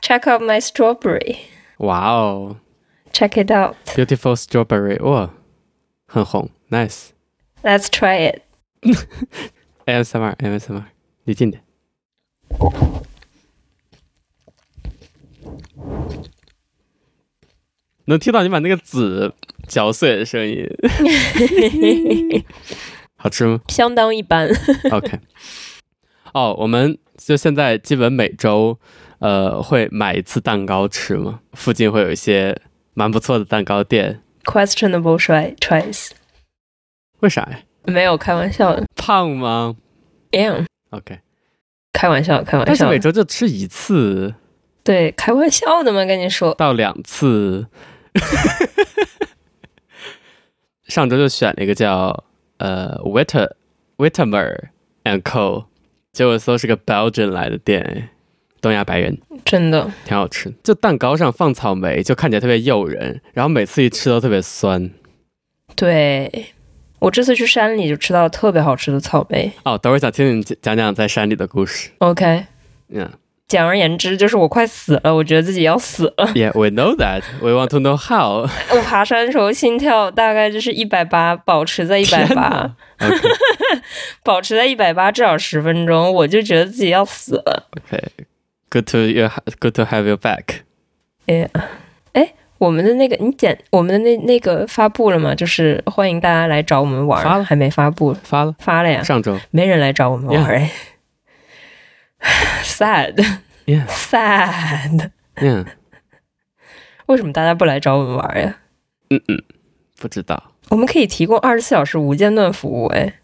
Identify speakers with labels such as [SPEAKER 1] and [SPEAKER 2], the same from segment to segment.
[SPEAKER 1] check out my strawberry.
[SPEAKER 2] 哇哦
[SPEAKER 1] Check it out.
[SPEAKER 2] ，Beautiful Strawberry，哇，很红，Nice。
[SPEAKER 1] Let's try it.
[SPEAKER 2] ASMR ASMR，离近点。能听到你把那个籽嚼碎的声音， 好吃吗
[SPEAKER 1] 相当一般。
[SPEAKER 2] ？OK。哦，我们就现在基本每周，呃，会买一次蛋糕吃嘛。附近会有一些蛮不错的蛋糕店，
[SPEAKER 1] Questionable try tries.
[SPEAKER 2] 为啥呀？
[SPEAKER 1] 没有开玩笑的
[SPEAKER 2] 胖吗
[SPEAKER 1] ，damn，
[SPEAKER 2] ？OK，
[SPEAKER 1] 开玩笑，开玩
[SPEAKER 2] 但是
[SPEAKER 1] 笑
[SPEAKER 2] 每，周就吃一次
[SPEAKER 1] 对，开玩笑的嘛，跟你说，
[SPEAKER 2] 到两次。 上周就选了一个叫呃 Witter Wittemer and Co，结果搜是个 Belgian 来的店，东亚白人，
[SPEAKER 1] 真的，
[SPEAKER 2] 挺好吃的。就蛋糕上放草莓，就看起来特别诱人，然后每次一吃都特别酸。
[SPEAKER 1] 对我这次去山里就吃到特别好吃的草莓。
[SPEAKER 2] 哦，等会儿想听你讲讲在山里的故事。
[SPEAKER 1] OK，
[SPEAKER 2] Yeah,
[SPEAKER 1] 简而言之就是我快死了，我觉得自己要死了。
[SPEAKER 2] yeah, we know that. We want to know how.
[SPEAKER 1] 我爬山的时候心跳大概就是一百八，保持 在一百
[SPEAKER 2] 天
[SPEAKER 1] 八
[SPEAKER 2] 哪，OK
[SPEAKER 1] 保持在一百八至少十分钟，我就觉得自己要死了。
[SPEAKER 2] OK, good to you. Good to have you back.
[SPEAKER 1] 哎，哎，我们的那个你剪我们的那那个发布了吗？就是欢迎大家来找我们玩
[SPEAKER 2] 发
[SPEAKER 1] 儿，
[SPEAKER 2] 了
[SPEAKER 1] 还没发布，
[SPEAKER 2] 发了
[SPEAKER 1] 发了呀。
[SPEAKER 2] 上周
[SPEAKER 1] 没人来找我们玩
[SPEAKER 2] Yeah.
[SPEAKER 1] 哎。sad
[SPEAKER 2] ，Yeah,
[SPEAKER 1] sad，
[SPEAKER 2] yeah.
[SPEAKER 1] 为什么大家不来找我们玩呀？
[SPEAKER 2] 嗯嗯，不知道。
[SPEAKER 1] 我们可以提供二十四小时无间断服务哎。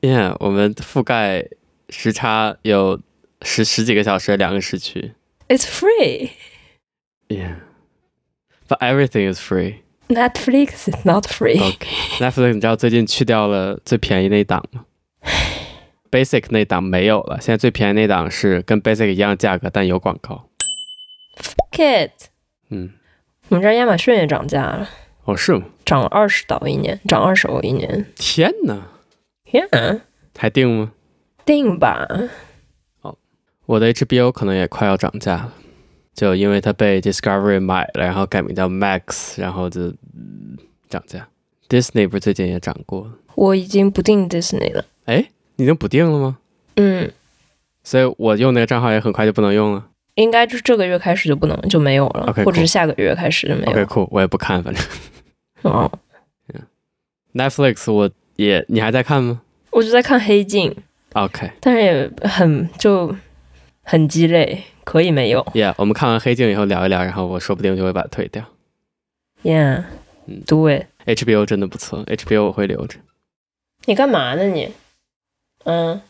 [SPEAKER 2] Yeah，我们覆盖时差有十十几个小时，两个时区。
[SPEAKER 1] It's free.
[SPEAKER 2] Yeah，but everything is free。
[SPEAKER 1] Netflix is not free.
[SPEAKER 2] OK Netflix 你知道最近去掉了最便宜那一档吗？Basic 那一档没有了，现在最便宜那一档是跟 Basic 一样的价格，但有广告。
[SPEAKER 1] Kid，
[SPEAKER 2] 嗯，
[SPEAKER 1] 我们这儿亚马逊也涨价了，
[SPEAKER 2] 哦是吗？
[SPEAKER 1] 涨了二十刀一年，涨二十欧一年。
[SPEAKER 2] 天哪，
[SPEAKER 1] Yeah，
[SPEAKER 2] 还定吗？
[SPEAKER 1] 定吧。
[SPEAKER 2] 我的 HBO 可能也快要涨价了，就因为它被 Discovery 买了，然后改名叫 Max，然后就、嗯涨价。Disney 不是最近也涨过了？
[SPEAKER 1] 我已经不定 Disney 了。
[SPEAKER 2] 哎，你已经不定了吗？
[SPEAKER 1] 嗯，
[SPEAKER 2] 所以我用那个账号也很快就不能用了。
[SPEAKER 1] 应该就是这个月开始就不能就没有了
[SPEAKER 2] OK，
[SPEAKER 1] 或者
[SPEAKER 2] cool
[SPEAKER 1] 是下个月开始就没
[SPEAKER 2] OK，
[SPEAKER 1] 有。
[SPEAKER 2] 酷，我也不看，反正
[SPEAKER 1] 哦，
[SPEAKER 2] Netflix 我也你还在看吗
[SPEAKER 1] 我就在看《黑镜》。
[SPEAKER 2] ？OK，Yeah，、
[SPEAKER 1] 但是也很就很鸡肋，可以没有
[SPEAKER 2] Yeah，我们看完《黑镜》以后聊一聊，然后我说不定就会把它退掉。嗯
[SPEAKER 1] ，Yeah，do it。
[SPEAKER 2] HBO 真的不错，HBO 我会留着。
[SPEAKER 1] 你干嘛呢你？嗯，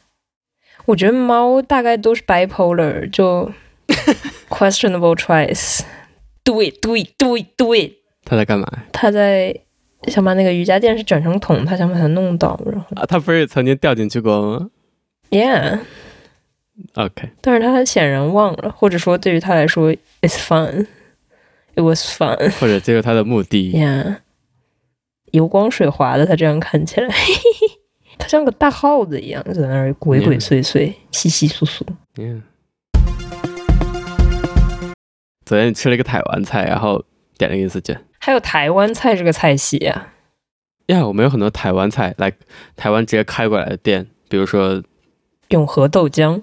[SPEAKER 1] 我觉得猫大概都是 bipolar，就 questionable choice。Do it, do it, do it, do it。
[SPEAKER 2] 他在干嘛呀？
[SPEAKER 1] 它在想把那个瑜伽垫是卷成桶，它想把它弄倒，然后
[SPEAKER 2] 啊，他不是曾经掉进去过吗
[SPEAKER 1] Yeah，
[SPEAKER 2] ？OK，
[SPEAKER 1] 但是它显然忘了，或者说对于它来说，it's fun。It was fun.
[SPEAKER 2] 或者这是他的目的。
[SPEAKER 1] 呀，油光水滑的，他这样看起来， 他像个大耗子一样，在那儿鬼鬼祟祟、稀稀疏疏。
[SPEAKER 2] 嗯，昨天吃了一个台湾菜，然后点了个银丝卷。
[SPEAKER 1] 还有台湾菜这个菜系啊，
[SPEAKER 2] 呀、我们有很多台湾菜，来台湾直接开过来的店，比如说
[SPEAKER 1] 永和豆浆，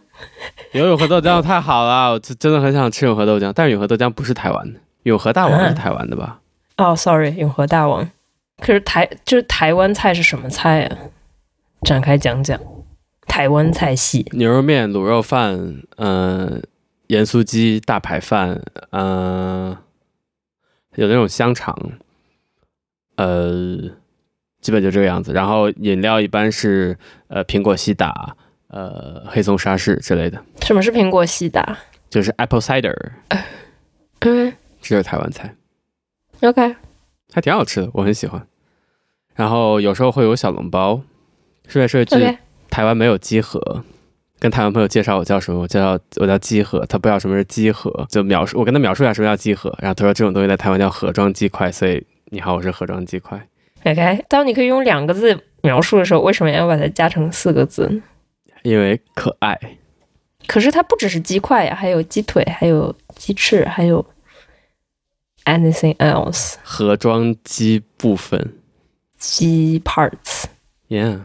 [SPEAKER 2] 有永和豆浆太好了，我真真的很想吃永和豆浆，但是永和豆浆不是台湾的，永和大王是台湾的吧？
[SPEAKER 1] 哦，sorry，永和大王。可是台就是台湾菜是什么菜啊？展开讲讲台湾菜系。
[SPEAKER 2] 牛肉面、卤肉饭，嗯、盐酥鸡、大排饭，嗯、有那种香肠，呃，基本就这个样子。然后饮料一般是呃苹果西打、呃黑松沙士之类的，
[SPEAKER 1] 什么是苹果啊西打？
[SPEAKER 2] 就是 apple cider，
[SPEAKER 1] 嗯
[SPEAKER 2] 这就是台湾菜，
[SPEAKER 1] ，OK，
[SPEAKER 2] 还挺好吃的，我很喜欢。然后有时候会有小笼包。顺便说一句
[SPEAKER 1] OK，
[SPEAKER 2] 台湾没有鸡盒，跟台湾朋友介绍我叫什么，我叫我叫鸡盒，他不知道什么是鸡盒，就描述我跟他描述一下什么叫鸡盒，然后他说这种东西在台湾叫盒装鸡块，所以你好，我是盒装鸡块，
[SPEAKER 1] OK，当你可以用两个字描述的时候，为什么要把它加成四个字呢？
[SPEAKER 2] 因为可爱，
[SPEAKER 1] 可是它不只是鸡块呀，还有鸡腿，还有鸡翅，还有 anything else
[SPEAKER 2] 盒装鸡部分
[SPEAKER 1] 鸡 parts。
[SPEAKER 2] ，Yeah。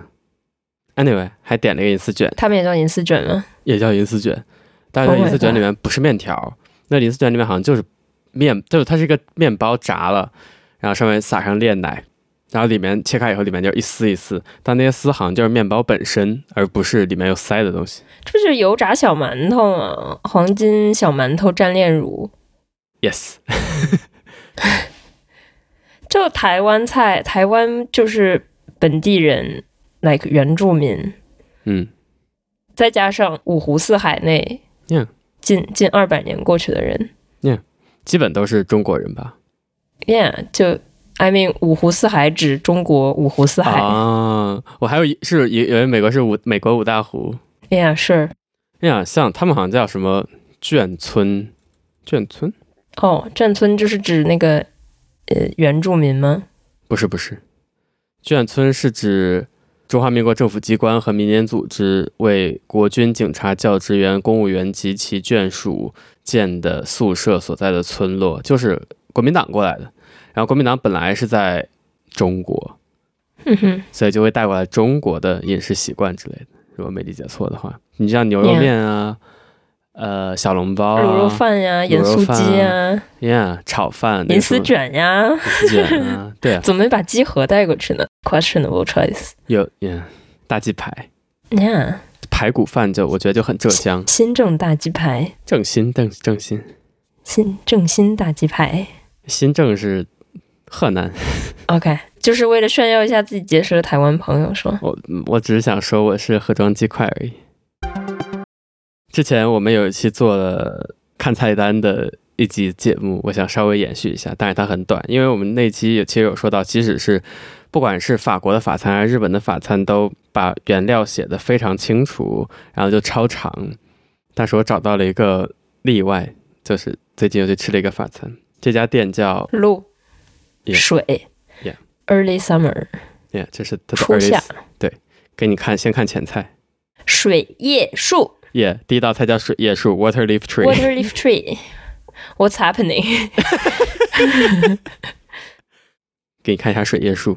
[SPEAKER 2] Anyway，还点了一个银丝卷，
[SPEAKER 1] 他们也叫银丝卷吗？
[SPEAKER 2] 也叫银丝卷，但是
[SPEAKER 1] Oh my
[SPEAKER 2] 银丝卷里面不是面条，那银丝卷里面好像就是面，就是它是一个面包炸了，然后上面撒上炼奶，然后里面切开以后里面就一丝一丝，但那些丝好像就是面包本身，而不是里面有塞的东西。
[SPEAKER 1] 这不就是油炸小馒头吗？黄金小馒头蘸炼乳，
[SPEAKER 2] Yes，
[SPEAKER 1] 就台湾菜，台湾就是本地人，like 原住民，
[SPEAKER 2] 嗯
[SPEAKER 1] 再加上五湖四海内
[SPEAKER 2] Yeah
[SPEAKER 1] 近近二百年过去的人
[SPEAKER 2] 基本都是中国人吧？
[SPEAKER 1] ，yeah，就 I mean 五湖四海指中国五湖四海、
[SPEAKER 2] 啊，我还有一是以以为美国是五美国五大湖，
[SPEAKER 1] y e a h 是
[SPEAKER 2] 哎呀，像他们好像叫什么眷村，眷村
[SPEAKER 1] 哦，眷村就是指那个呃原住民吗？
[SPEAKER 2] 不是不是，眷村是指中华民国政府机关和民间组织为国军警察、教职员、公务员及其眷属建的宿舍所在的村落，就是国民党过来的。然后国民党本来是在中国，
[SPEAKER 1] 嗯哼，
[SPEAKER 2] 所以就会带过来中国的饮食习惯之类的。如果没理解错的话，你像牛肉
[SPEAKER 1] Yeah
[SPEAKER 2] 面啊呃小笼包啊、
[SPEAKER 1] 卤肉饭呀、
[SPEAKER 2] 卤
[SPEAKER 1] 盐
[SPEAKER 2] 肉
[SPEAKER 1] 酥
[SPEAKER 2] 饭
[SPEAKER 1] 鸡呀、
[SPEAKER 2] yeah, 炒饭、
[SPEAKER 1] 银
[SPEAKER 2] 那个什
[SPEAKER 1] 丝
[SPEAKER 2] 么
[SPEAKER 1] 卷呀、
[SPEAKER 2] 银丝卷啊，对啊，
[SPEAKER 1] 怎么没把鸡盒带过去呢？Questionable choice。
[SPEAKER 2] 有 yeah, 大鸡排。
[SPEAKER 1] Yeah，
[SPEAKER 2] 排骨饭就我觉得就很浙江，
[SPEAKER 1] 新正大鸡排，
[SPEAKER 2] 正新正正新
[SPEAKER 1] 新正新大鸡排。
[SPEAKER 2] 新郑是河南。
[SPEAKER 1] OK，就是为了炫耀一下自己结识的台湾朋友说，
[SPEAKER 2] 我嗯我只是想说我是盒装鸡块而已。之前我们有一期做了看菜单的一集节目，我想稍微延续一下，但是它很短，因为我们那期也其实有说到，即使是不管是法国的法餐还是日本的法餐，都把原料写的非常清楚，然后就超长。但是我找到了一个例外，就是最近又去吃了一个法餐，这家店叫
[SPEAKER 1] 露
[SPEAKER 2] Yeah
[SPEAKER 1] 水
[SPEAKER 2] Yeah
[SPEAKER 1] early summer
[SPEAKER 2] 耶，这是它的
[SPEAKER 1] 初夏
[SPEAKER 2] early- 给你看，先看前菜。
[SPEAKER 1] 水叶树
[SPEAKER 2] 耶、第一道菜叫水叶树 （water leaf tree）。
[SPEAKER 1] water leaf tree。What's happening？
[SPEAKER 2] 给你看一下水叶树，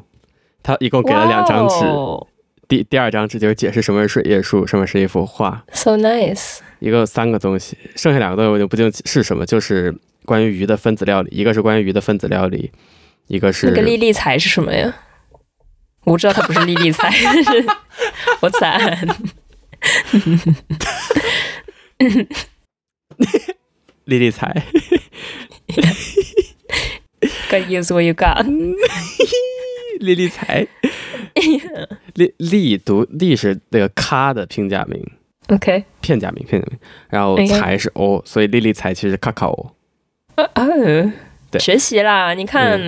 [SPEAKER 2] 它一共给了两张纸，
[SPEAKER 1] Wow,
[SPEAKER 2] 第第二张纸就是解释什么是水叶树，上面是一幅画，
[SPEAKER 1] so nice。
[SPEAKER 2] 一个三个东西，剩下两个东西我就不清楚是什么，就是关于鱼的分子料理，一个是关于鱼的分子料理，一个是
[SPEAKER 1] 那个莉莉彩是什么呀？我知道它不是莉莉彩， 是 What's that？
[SPEAKER 2] 莉莉菜，
[SPEAKER 1] Got use what you got。
[SPEAKER 2] 莉莉菜，莉莉读莉是那个咖的片假名，
[SPEAKER 1] OK，
[SPEAKER 2] 片假名片假名，然后
[SPEAKER 1] OK
[SPEAKER 2] 才是欧，所以莉莉菜其实是 cacao。
[SPEAKER 1] 哦、
[SPEAKER 2] 对嗯
[SPEAKER 1] 学习啦！你看，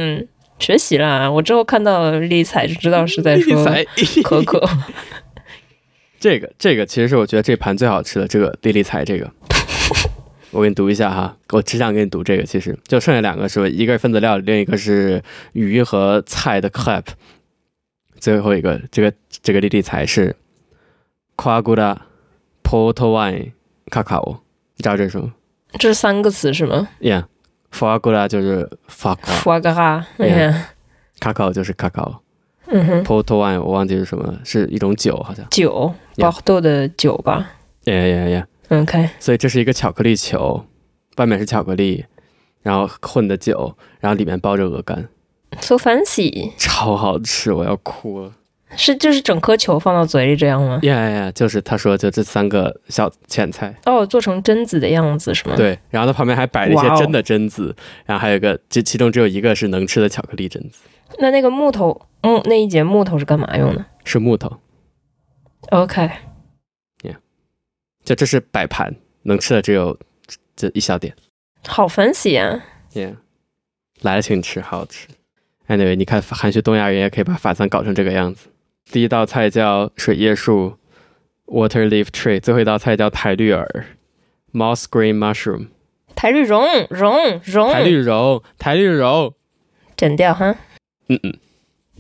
[SPEAKER 1] 学习啦！我之后看到莉莉彩就知道是在
[SPEAKER 2] 莉莉
[SPEAKER 1] 说
[SPEAKER 2] 菜，
[SPEAKER 1] 可可。
[SPEAKER 2] 这个这个其实是我觉得这盘最好吃的，这个莉莉 彩这个，我给你读一下哈，我只想给你读这个，其实就剩下两个是一个是分子料理，另一个是鱼和菜的 clap，最后一个这个这个莉莉彩是 quagura port wine cacao，你知道这是什么
[SPEAKER 1] 这是三个词是吗
[SPEAKER 2] ？Yeah。Fuagura 就是法国
[SPEAKER 1] f o i g r a
[SPEAKER 2] 啊 Yeah
[SPEAKER 1] 呀，
[SPEAKER 2] ，cacao 就是 cacao，port
[SPEAKER 1] 嗯哼，
[SPEAKER 2] wine 我忘记是什么，是一种酒好像。
[SPEAKER 1] 酒，
[SPEAKER 2] Yeah
[SPEAKER 1] 保豆的酒吧。
[SPEAKER 2] Yeah yeah yeah。
[SPEAKER 1] OK，
[SPEAKER 2] 所以这是一个巧克力球，外面是巧克力，然后混的酒，然后里面包着鹅肝，
[SPEAKER 1] so fancy，
[SPEAKER 2] 超好吃，我要哭了。
[SPEAKER 1] 是就是整颗球放到嘴里这样吗？
[SPEAKER 2] 呀呀呀！就是他说就这三个小前菜，
[SPEAKER 1] 哦，做成榛子的样子是吗？，
[SPEAKER 2] 对，然后他旁边还摆了一些
[SPEAKER 1] 哇哦
[SPEAKER 2] 真的榛子，然后还有一个这其中只有一个是能吃的巧克力榛子，
[SPEAKER 1] 那那个木头木那一节木头是干嘛用的
[SPEAKER 2] 是木头，
[SPEAKER 1] ？OK，
[SPEAKER 2] 就这是摆盘，能吃的只有这一小点。
[SPEAKER 1] 好 fancy 啊！
[SPEAKER 2] Yeah，来了请你吃，好好吃。Anyway，你看韩学东亚人也可以把法餐搞成这个样子。第一道菜叫水叶树 （water leaf tree），最后一道菜叫苔绿耳 （moss green mushroom）。
[SPEAKER 1] 台绿绒绒绒，
[SPEAKER 2] 苔绿柔，苔绿柔。
[SPEAKER 1] 剪掉哈，
[SPEAKER 2] 嗯嗯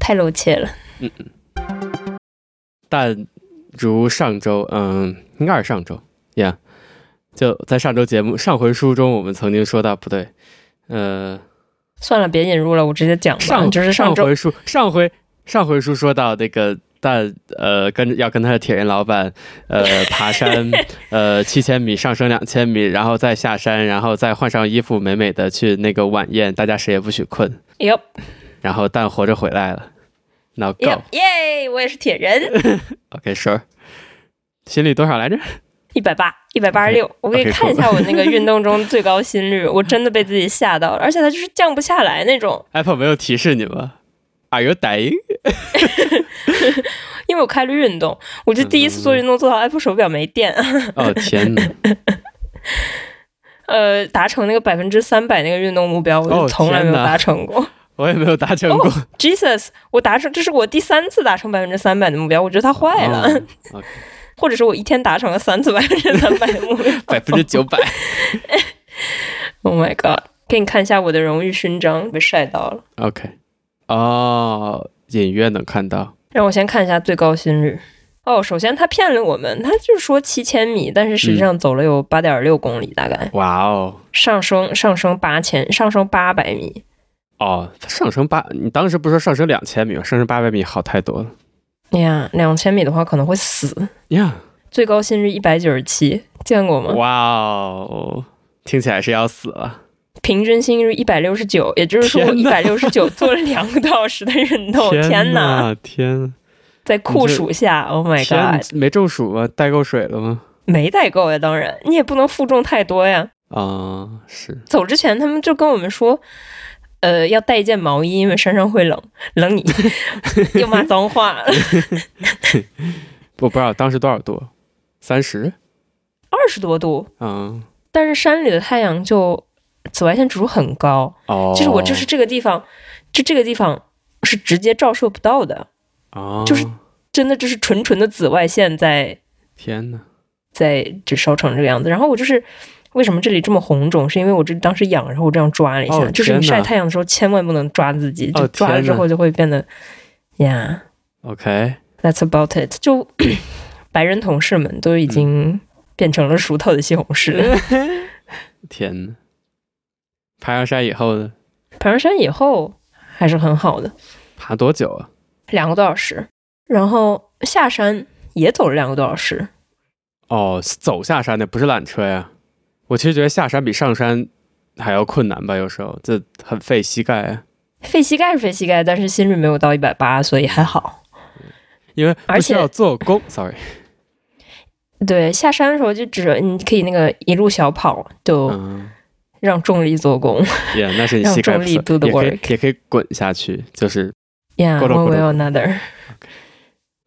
[SPEAKER 1] 太露怯了。
[SPEAKER 2] 嗯嗯。但如上周，嗯，应该是上周，Yeah，就在上周节目上回书中，我们曾经说到不对，呃，
[SPEAKER 1] 算了，别引入了，我直接讲吧。
[SPEAKER 2] 上
[SPEAKER 1] 就是
[SPEAKER 2] 上
[SPEAKER 1] 周
[SPEAKER 2] 回书上回上回书说到那个但呃跟要跟他的铁人老板呃 爬山呃七千米上升两千米，然后再下山，然后再换上衣服美美的去那个晚宴，大家谁也不许困，
[SPEAKER 1] ，Yup
[SPEAKER 2] 然后但活着回来了，那 go
[SPEAKER 1] Yup，耶！我也是铁人，
[SPEAKER 2] OK sure，心率多少来着？
[SPEAKER 1] 一百八，一百八十六。我给你
[SPEAKER 2] OK，
[SPEAKER 1] 看一下我那个运动中最高心率，我真的被自己吓到了，而且它就是降不下来那种。
[SPEAKER 2] Apple 没有提示你吗？Are you dying？
[SPEAKER 1] 因为我开了运动，我就第一次做运动做到 Apple 手表没电，
[SPEAKER 2] 哦天哪！
[SPEAKER 1] 呃，达成那个百分之三百那个运动目标，我
[SPEAKER 2] 哦
[SPEAKER 1] 就从来没有
[SPEAKER 2] 天哪
[SPEAKER 1] 达成过。
[SPEAKER 2] 我也没有达成过。
[SPEAKER 1] 哦 Jesus，我达成，这是我第三次达成百分之三百的目标，我觉得它坏了，
[SPEAKER 2] 哦，。
[SPEAKER 1] 或者是我一天达成了三次百分之三百的目标
[SPEAKER 2] 百分之九百。
[SPEAKER 1] Oh my god！给你看一下我的荣誉勋章，被晒到了。
[SPEAKER 2] OK，哦，隐约能看到。
[SPEAKER 1] 让我先看一下最高心率。哦，首先他骗了我们，他就是说七千米，但是实
[SPEAKER 2] 嗯
[SPEAKER 1] 际上走了有八点六公里，大概、
[SPEAKER 2] 哇哦，
[SPEAKER 1] 上升上升八千，上升八百米。
[SPEAKER 2] 哦，它上升八，你当时不是说上升两千米吗？上升八百米好太多了
[SPEAKER 1] 哎呀，两千米的话可能会死。
[SPEAKER 2] 呀！
[SPEAKER 1] 最高心率一百九十七，见过吗？
[SPEAKER 2] 哇哦，听起来是要死了。
[SPEAKER 1] 平均心率一百六十九，也就是说我一
[SPEAKER 2] 天
[SPEAKER 1] 百六十 九做了两个多小时的运动。哦天哪，
[SPEAKER 2] 哪，天
[SPEAKER 1] 在酷暑下，Oh my
[SPEAKER 2] 天
[SPEAKER 1] god，，
[SPEAKER 2] 没中暑吗？带够水了吗？
[SPEAKER 1] 没代购呀，当然你也不能负重太多呀。
[SPEAKER 2] 啊、是
[SPEAKER 1] 走之前，他们就跟我们说，呃，要带一件毛衣，因为山上会冷，冷 你又骂脏话，
[SPEAKER 2] 我不知道当时多少度，三十。
[SPEAKER 1] 二十多度，
[SPEAKER 2] 嗯，
[SPEAKER 1] 但是山里的太阳就紫外线指数很高，
[SPEAKER 2] 哦，
[SPEAKER 1] 就是我这是这个地方，就这个地方是直接照射不到的，
[SPEAKER 2] 哦，
[SPEAKER 1] 就是真的就是纯纯的紫外线在
[SPEAKER 2] 天哪，
[SPEAKER 1] 在就烧成这个样子。然后我就是。为什么这里这么红肿？是因为我这当时痒，然后我这样抓了一下。
[SPEAKER 2] 哦
[SPEAKER 1] 就是你
[SPEAKER 2] 天哪
[SPEAKER 1] 晒太阳的时候，千万不能抓自己，
[SPEAKER 2] 哦
[SPEAKER 1] 就抓了
[SPEAKER 2] 天
[SPEAKER 1] 之
[SPEAKER 2] 哪
[SPEAKER 1] 后就会变得，呀、
[SPEAKER 2] OK，
[SPEAKER 1] That's about it 就。 白人同事们都已经变成了熟透的西红
[SPEAKER 2] 嗯
[SPEAKER 1] 柿。
[SPEAKER 2] 天呐，爬上山以后呢？
[SPEAKER 1] 爬上山以后还是很好的，
[SPEAKER 2] 爬多久啊？
[SPEAKER 1] 两个多小时，然后下山也走了两个多小时。
[SPEAKER 2] 哦，是走下山的，不是缆车呀。我其实觉得下山比上山还要困难吧，有时候这很费膝盖啊。
[SPEAKER 1] 费膝盖是费膝盖，但是心率没有到一百八，所以还好。
[SPEAKER 2] 因为
[SPEAKER 1] 而
[SPEAKER 2] 不
[SPEAKER 1] 且
[SPEAKER 2] 需要做功，sorry，
[SPEAKER 1] 对，下山的时候就只你可以那个一路小跑，就
[SPEAKER 2] 嗯，
[SPEAKER 1] 让重力做工。
[SPEAKER 2] 也、那是你膝盖不
[SPEAKER 1] 让重力 do
[SPEAKER 2] 错，
[SPEAKER 1] the
[SPEAKER 2] 也可以
[SPEAKER 1] work
[SPEAKER 2] 也可以滚下去，就是
[SPEAKER 1] Yeah,
[SPEAKER 2] Go, go,
[SPEAKER 1] one
[SPEAKER 2] go,
[SPEAKER 1] way
[SPEAKER 2] go.
[SPEAKER 1] or another.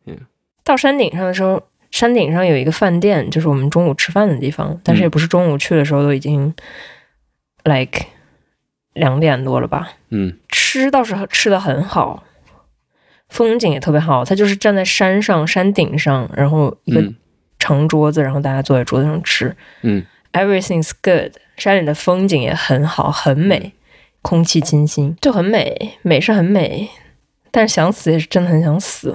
[SPEAKER 2] Yeah.
[SPEAKER 1] 到山顶上的时候，山顶上有一个饭店，就是我们中午吃饭的地方，但是也不是中午去的时候，都已经 like 两点多了吧。
[SPEAKER 2] 嗯
[SPEAKER 1] 吃倒是吃的很好，风景也特别好。它就是站在山上山顶上，然后一个
[SPEAKER 2] 嗯
[SPEAKER 1] 长桌子，然后大家坐在桌子上吃。
[SPEAKER 2] 嗯
[SPEAKER 1] Everything's good，山里的风景也很好，很美，空气清新，嗯就很美，美是很美，但是想死也是真的很想死，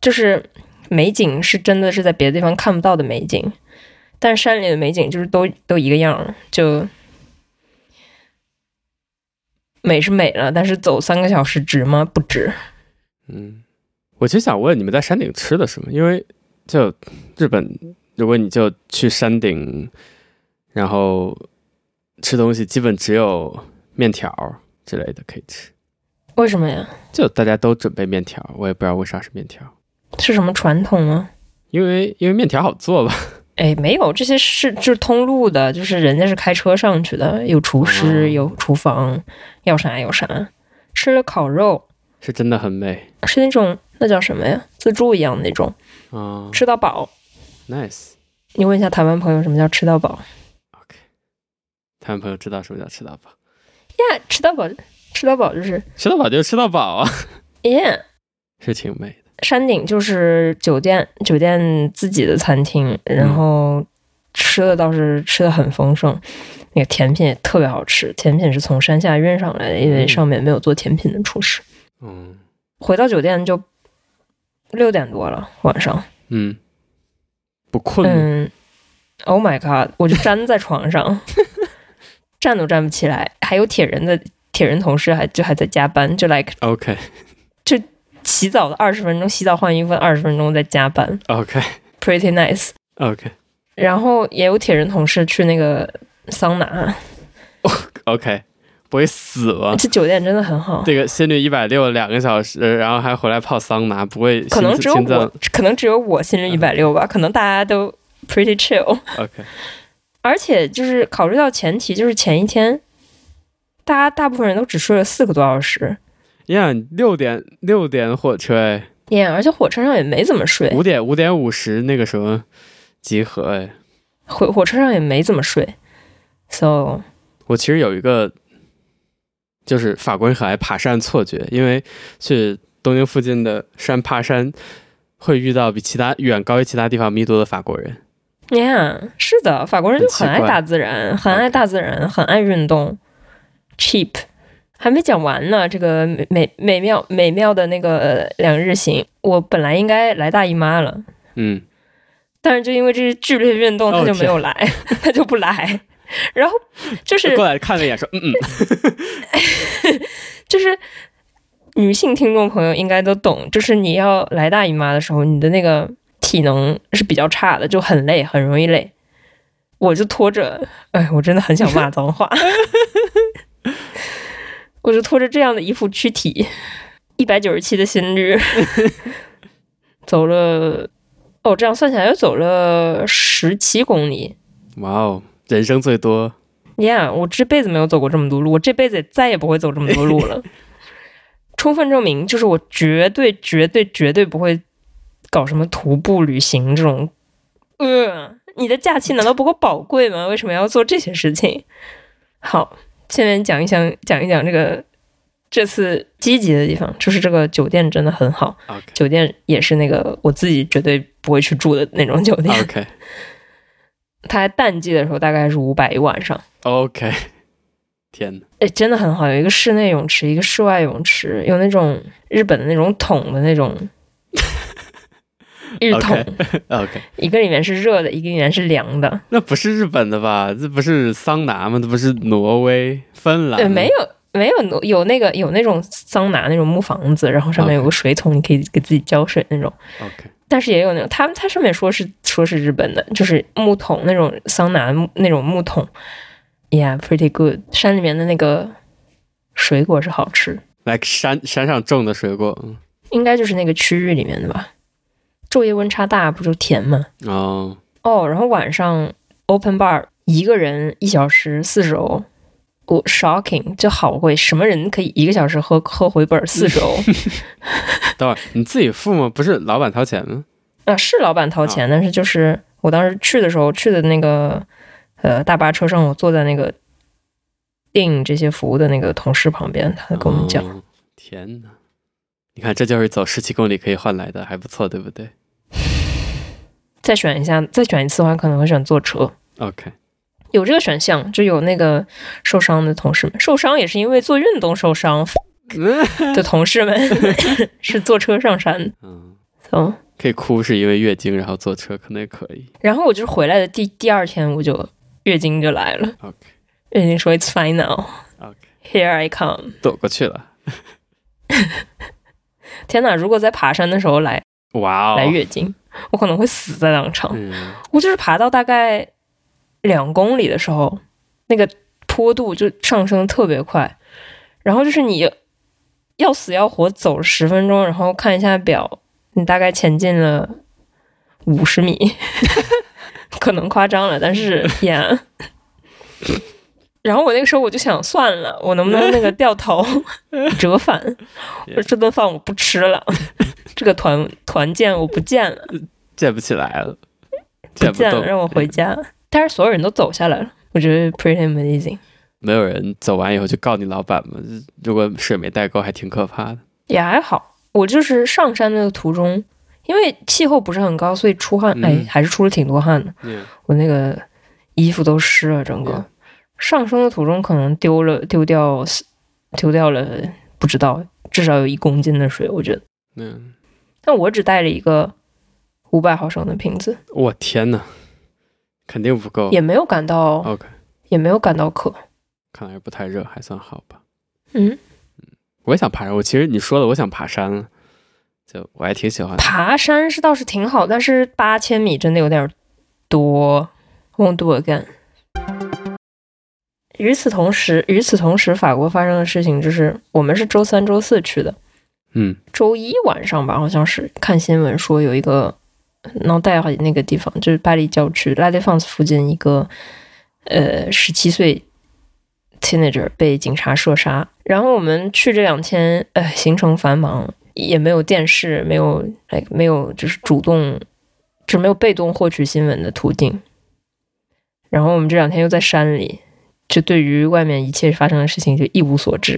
[SPEAKER 1] 就是美景是真的是在别的地方看不到的美景，但是山里的美景就是都都一个样儿，就美是美了，但是走三个小时值吗？不值。
[SPEAKER 2] 嗯。我其实想问你们在山顶吃的什么？因为就日本，如果你就去山顶，然后吃东西，基本只有面条之类的可以吃。
[SPEAKER 1] 为什么呀？
[SPEAKER 2] 就大家都准备面条，我也不知道为啥是面条，
[SPEAKER 1] 是什么传统吗？
[SPEAKER 2] 因为因为面条好做吧？
[SPEAKER 1] 哎，没有，这些是就是通路的，就是人家是开车上去的，有厨师，
[SPEAKER 2] 哦
[SPEAKER 1] 有厨房，要啥有啥。吃了烤肉
[SPEAKER 2] 是真的很美
[SPEAKER 1] 是那种那叫什么呀？自助一样的那种，
[SPEAKER 2] 啊、
[SPEAKER 1] 吃到饱。
[SPEAKER 2] n i c e
[SPEAKER 1] 你问一下台湾朋友什么叫吃到饱
[SPEAKER 2] OK，台湾朋友知道什么叫吃到饱？
[SPEAKER 1] 呀吃到饱，吃到饱就是
[SPEAKER 2] 吃到饱就是吃到饱啊，
[SPEAKER 1] 耶
[SPEAKER 2] 是挺美的。
[SPEAKER 1] 山顶就是酒店，酒店自己的餐厅，然
[SPEAKER 2] 嗯
[SPEAKER 1] 后吃的倒是吃的很丰盛，那个甜品也特别好吃，甜品是从山下运上来的，因为
[SPEAKER 2] 嗯
[SPEAKER 1] 上面没有做甜品的厨师。
[SPEAKER 2] 嗯
[SPEAKER 1] 回到酒店就六点多了，晚上。
[SPEAKER 2] 嗯，不困吗
[SPEAKER 1] 嗯， Oh my god！我就粘在床上， 站都站不起来。还有铁人的铁人同事还就还在加班，就 like
[SPEAKER 2] OK
[SPEAKER 1] 洗澡的二十分钟，洗澡换衣服二十分钟在加班
[SPEAKER 2] OK
[SPEAKER 1] ，pretty nice。
[SPEAKER 2] OK
[SPEAKER 1] 然后也有铁人同事去那个桑拿，
[SPEAKER 2] OK，不会死 吧？
[SPEAKER 1] 这酒店真的很好。
[SPEAKER 2] 这个仙女一百六两个小时，然后还回来泡桑拿，不会
[SPEAKER 1] 可能
[SPEAKER 2] 心
[SPEAKER 1] 只有
[SPEAKER 2] 心脏
[SPEAKER 1] 我，可能只有我心率一百六吧，可能大家都 pretty chill。
[SPEAKER 2] OK
[SPEAKER 1] 而且就是考虑到前提，就是前一天，大家大部分人都只睡了四个多小时。
[SPEAKER 2] 呀，你六点六点火车哎，
[SPEAKER 1] 耶、而且火车上也没怎么睡，
[SPEAKER 2] 五点五点五十那个什么集合哎，
[SPEAKER 1] 火火车上也没怎么睡，so
[SPEAKER 2] 我其实有一个就是法国人很爱爬山错觉，因为去东京附近的山爬山会遇到比其他远高于其他地方密度的法国人。
[SPEAKER 1] yeah，是的，法国人就很
[SPEAKER 2] 很奇
[SPEAKER 1] 爱
[SPEAKER 2] 怪
[SPEAKER 1] 大自然，很爱
[SPEAKER 2] OK
[SPEAKER 1] 大自然，很爱运动，cheap。还没讲完呢，这个美美美妙美妙的那个呃两日行，我本来应该来大姨妈了，
[SPEAKER 2] 嗯，
[SPEAKER 1] 但是就因为这是剧烈运动，
[SPEAKER 2] 哦
[SPEAKER 1] 他就没有来， 他就不来。然后就是
[SPEAKER 2] 过来看了一眼说，嗯嗯，
[SPEAKER 1] 就是女性听众朋友应该都懂，就是你要来大姨妈的时候，你的那个体能是比较差的，就很累，很容易累。我就拖着，哎，我真的很想骂脏话， 我就拖着这样的一副躯体，一百九十七的心率， 走了，哦，这样算起来又走了十七公里，
[SPEAKER 2] 哇哦，人生最多
[SPEAKER 1] Yeah，我这辈子没有走过这么多路，我这辈子也再也不会走这么多路了。充分证明，就是我绝对、绝对、绝对不会搞什么徒步旅行这种。呃，你的假期难道不够宝贵吗？为什么要做这些事情？好，下面讲一讲讲一讲这个这次积极的地方，就是这个酒店真的很好，
[SPEAKER 2] OK
[SPEAKER 1] 酒店也是那个我自己绝对不会去住的那种酒店。
[SPEAKER 2] OK
[SPEAKER 1] 它还淡季的时候大概是五百一晚上。
[SPEAKER 2] OK，天哪，
[SPEAKER 1] 哎，真的很好，有一个室内泳池，一个室外泳池，有那种日本的那种桶的那种日桶
[SPEAKER 2] OK，
[SPEAKER 1] 一个里面是热的，一个里面是凉的。
[SPEAKER 2] 那不是日本的吧？这不是桑拿吗？这不是挪威、芬兰？
[SPEAKER 1] 对，呃没。有没有挪有那个有那种桑拿那种木房子，然后上面有个水桶，你可以给自己浇水那种。
[SPEAKER 2] OK，
[SPEAKER 1] 但是也有那种，他他上面说是说是日本的，就是木桶那种桑拿木那种木桶，Yeah，pretty good。山里面的那个水果是好吃，
[SPEAKER 2] 来山山上种的水果。嗯
[SPEAKER 1] 应该就是那个区域里面的吧。昼夜温差大，不就甜吗？
[SPEAKER 2] 哦，
[SPEAKER 1] 哦，然后晚上 open bar 一个人一小时四十欧，我、shocking，这好贵，什么人可以一个小时喝喝回本四十欧？
[SPEAKER 2] 等会儿你自己付吗？不是老板掏钱吗？
[SPEAKER 1] 啊，是老板掏钱，但是就是我当时去的时候去的那个呃大巴车上，我坐在那个订这些服务的那个同事旁边，他跟我们讲，
[SPEAKER 2] 哦天哪！你看，这就是走十七公里可以换来的，还不错，对不对
[SPEAKER 1] 再选一下，再选一次的话，可能会选坐车。
[SPEAKER 2] ？OK，
[SPEAKER 1] 有这个选项，就有那个受伤的同事们，受伤也是因为做运动受 伤的同事们是坐车上山。
[SPEAKER 2] 嗯，
[SPEAKER 1] 嗯，
[SPEAKER 2] 可以哭是因为月经，然后坐车可能也可以。
[SPEAKER 1] 然后我就是回来的第第二天，我就月经就来了。
[SPEAKER 2] OK
[SPEAKER 1] 月经说 It's fine now,
[SPEAKER 2] OK，
[SPEAKER 1] here I come。
[SPEAKER 2] 躲过去了。
[SPEAKER 1] 天哪！如果在爬山的时候来
[SPEAKER 2] 哇哦，
[SPEAKER 1] 来月经，我可能会死在当场。
[SPEAKER 2] 嗯，
[SPEAKER 1] 我就是爬到大概两公里的时候，那个坡度就上升特别快，然后就是你要死要活走了十分钟，然后看一下表，你大概前进了五十米， 可能夸张了，但是呀。然后我那个时候我就想，算了，我能不能那个掉头折返？我说这顿饭我不吃了， 这个团团建我不见了。
[SPEAKER 2] 见不起来了，
[SPEAKER 1] 不
[SPEAKER 2] 见
[SPEAKER 1] 见
[SPEAKER 2] 动
[SPEAKER 1] 了，，让我回家。但是所有人都走下来了，我觉得 pretty amazing。
[SPEAKER 2] 没有人走完以后就告你老板吗？如果水没带够，还挺可怕的。
[SPEAKER 1] 也还好，我就是上山的途中，因为气候不是很高，所以出汗，
[SPEAKER 2] 嗯
[SPEAKER 1] 哎，还是出了挺多汗的。
[SPEAKER 2] 嗯
[SPEAKER 1] 我那个衣服都湿了，整个。
[SPEAKER 2] 嗯
[SPEAKER 1] 上升的途中可能丢了，丢掉，丢掉了，不知道，至少有一公斤的水，我觉得。
[SPEAKER 2] 嗯，
[SPEAKER 1] 但我只带了一个五百毫升的瓶子，
[SPEAKER 2] 我天呐，肯定不够。
[SPEAKER 1] 也没有感到
[SPEAKER 2] OK，
[SPEAKER 1] 也没有感到渴。
[SPEAKER 2] 看来不太热，还算好吧。
[SPEAKER 1] 嗯，
[SPEAKER 2] 我也想爬山，我其实你说的，我想爬山了，就我还挺喜欢。
[SPEAKER 1] 爬山是倒是挺好，但是八千米真的有点多。Won't do again。与此同时，与此同时，法国发生的事情就是，我们是周三、周四去的，
[SPEAKER 2] 嗯
[SPEAKER 1] 周一晚上吧，好像是看新闻说有一个脑袋那个地方，就是巴黎郊区拉 a 放肆附近一个呃十七岁 teenager 被警察射杀。然后我们去这两天，呃，行程繁忙，也没有电视，没有哎，没有就是主动，就是没有被动获取新闻的途径。然后我们这两天又在山里，就对于外面一切发生的事情就一无所知。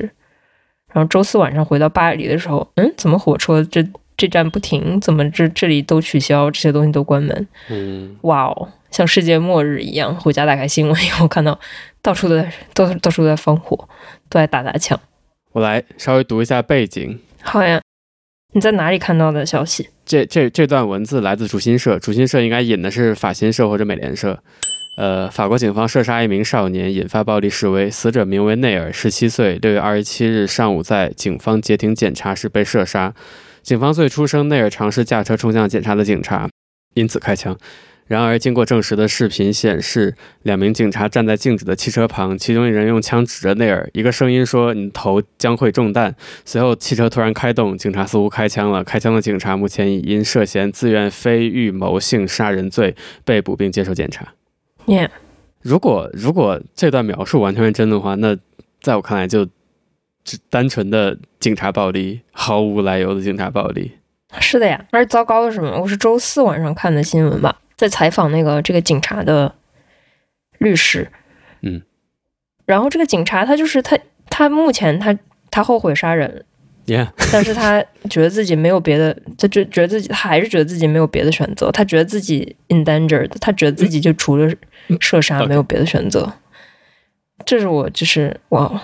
[SPEAKER 1] 然后周四晚上回到巴黎的时候，嗯，怎么火车这这站不停？怎么这这里都取消？这些东西都关门？
[SPEAKER 2] 嗯，
[SPEAKER 1] 哇哦，像世界末日一样！回家打开新闻以后，看到到处都在到到处都在放火，都在打砸抢。
[SPEAKER 2] 我来稍微读一下背景。
[SPEAKER 1] 好呀，你在哪里看到的消息？
[SPEAKER 2] 这这这段文字来自竹新社，竹新社应该引的是法新社或者美联社。呃，法国警方射杀一名少年，引发暴力示威，死者名为内尔，十七岁，六月二十七日上午在警方截停检查时被射杀。警方最初称内尔尝试驾车冲向检查的警察，因此开枪。然而，经过证实的视频显示，两名警察站在静止的汽车旁，其中一人用枪指着内尔，一个声音说：“你的头将会中弹。”随后，汽车突然开动，警察似乎开枪了。开枪的警察目前已因涉嫌自愿非预谋性杀人罪被捕，并接受检查。
[SPEAKER 1] Yeah，
[SPEAKER 2] 如果如果这段描述完全是真的话，那在我看来就只单纯的警察暴力，毫无来由的警察暴力。
[SPEAKER 1] 是的呀。而糟糕的是什么？我是周四晚上看的新闻吧，在采访那个这个警察的律师。
[SPEAKER 2] 嗯，
[SPEAKER 1] 然后这个警察他就是他，他目前他他后悔杀人了
[SPEAKER 2] Yeah，
[SPEAKER 1] 但是他觉得自己没有别的，他觉觉得自己他还是觉得自己没有别的选择，他觉得自己 endangered，他觉得自己就除了射杀
[SPEAKER 2] OK
[SPEAKER 1] 没有别的选择。这是我就是哇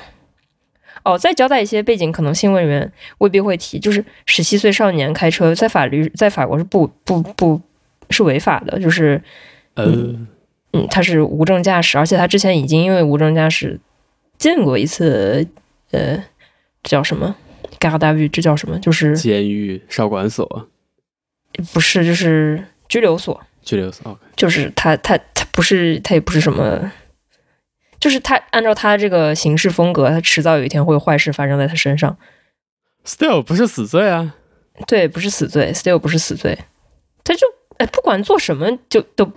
[SPEAKER 1] 哦，再交代一些背景，可能新闻里面未必会提，就是十七岁少年开车在法律在法国是不不不是违法的，就是
[SPEAKER 2] 呃，
[SPEAKER 1] 嗯，他是无证驾驶，而且他之前已经因为无证驾驶见过一次，呃，这叫什么 g a r d a v 这叫什么？就是
[SPEAKER 2] 监狱、少管所、
[SPEAKER 1] 不是，就是拘留所，
[SPEAKER 2] 拘留所。OK，
[SPEAKER 1] 就是他他他不是他也不是什么，就是他按照他这个行事风格，他迟早有一天会有坏事发生在他身上。
[SPEAKER 2] Still 不是死罪啊。
[SPEAKER 1] 对，不是死罪，still 不是死罪，他就哎不管做什么就都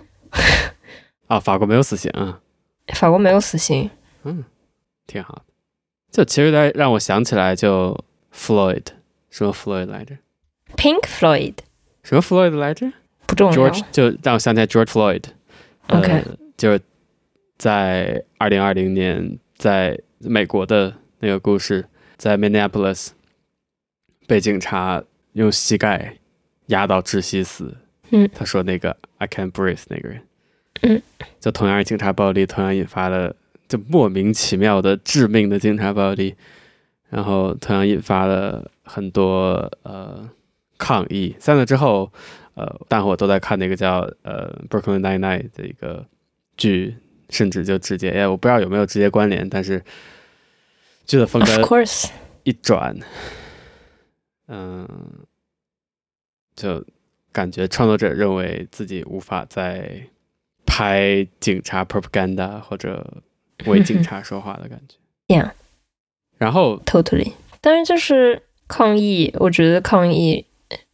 [SPEAKER 2] 啊，法国没有死刑啊。
[SPEAKER 1] 法国没有死刑，
[SPEAKER 2] 嗯，挺好的。就其实它让我想起来，就 Floyd 什么 Floyd 来着？
[SPEAKER 1] Pink Floyd
[SPEAKER 2] 什么 Floyd 来着
[SPEAKER 1] 不重要。
[SPEAKER 2] ？George 就让我想起来 George Floyd 呃。
[SPEAKER 1] OK
[SPEAKER 2] 就是在二零二零年，在美国的那个故事，在 Minneapolis 被警察用膝盖压到窒息死。
[SPEAKER 1] 嗯
[SPEAKER 2] 他说那个 I can't breathe 那个人，
[SPEAKER 1] 嗯，
[SPEAKER 2] 就同样是警察暴力，同样引发了就莫名其妙的致命的警察暴力，然后同样引发了很多呃抗议。散了之后，呃，大伙都在看那个叫呃《Brooklyn Nine Nine》的一个剧，甚至就直接哎，我不知道有没有直接关联，但是剧的风
[SPEAKER 1] Of
[SPEAKER 2] 格
[SPEAKER 1] course，
[SPEAKER 2] 一转，嗯、就感觉创作者认为自己无法再拍警察 propaganda 或者为警察说话的感觉。
[SPEAKER 1] Yeah
[SPEAKER 2] 然后
[SPEAKER 1] totally。但是就是抗议，我觉得抗议，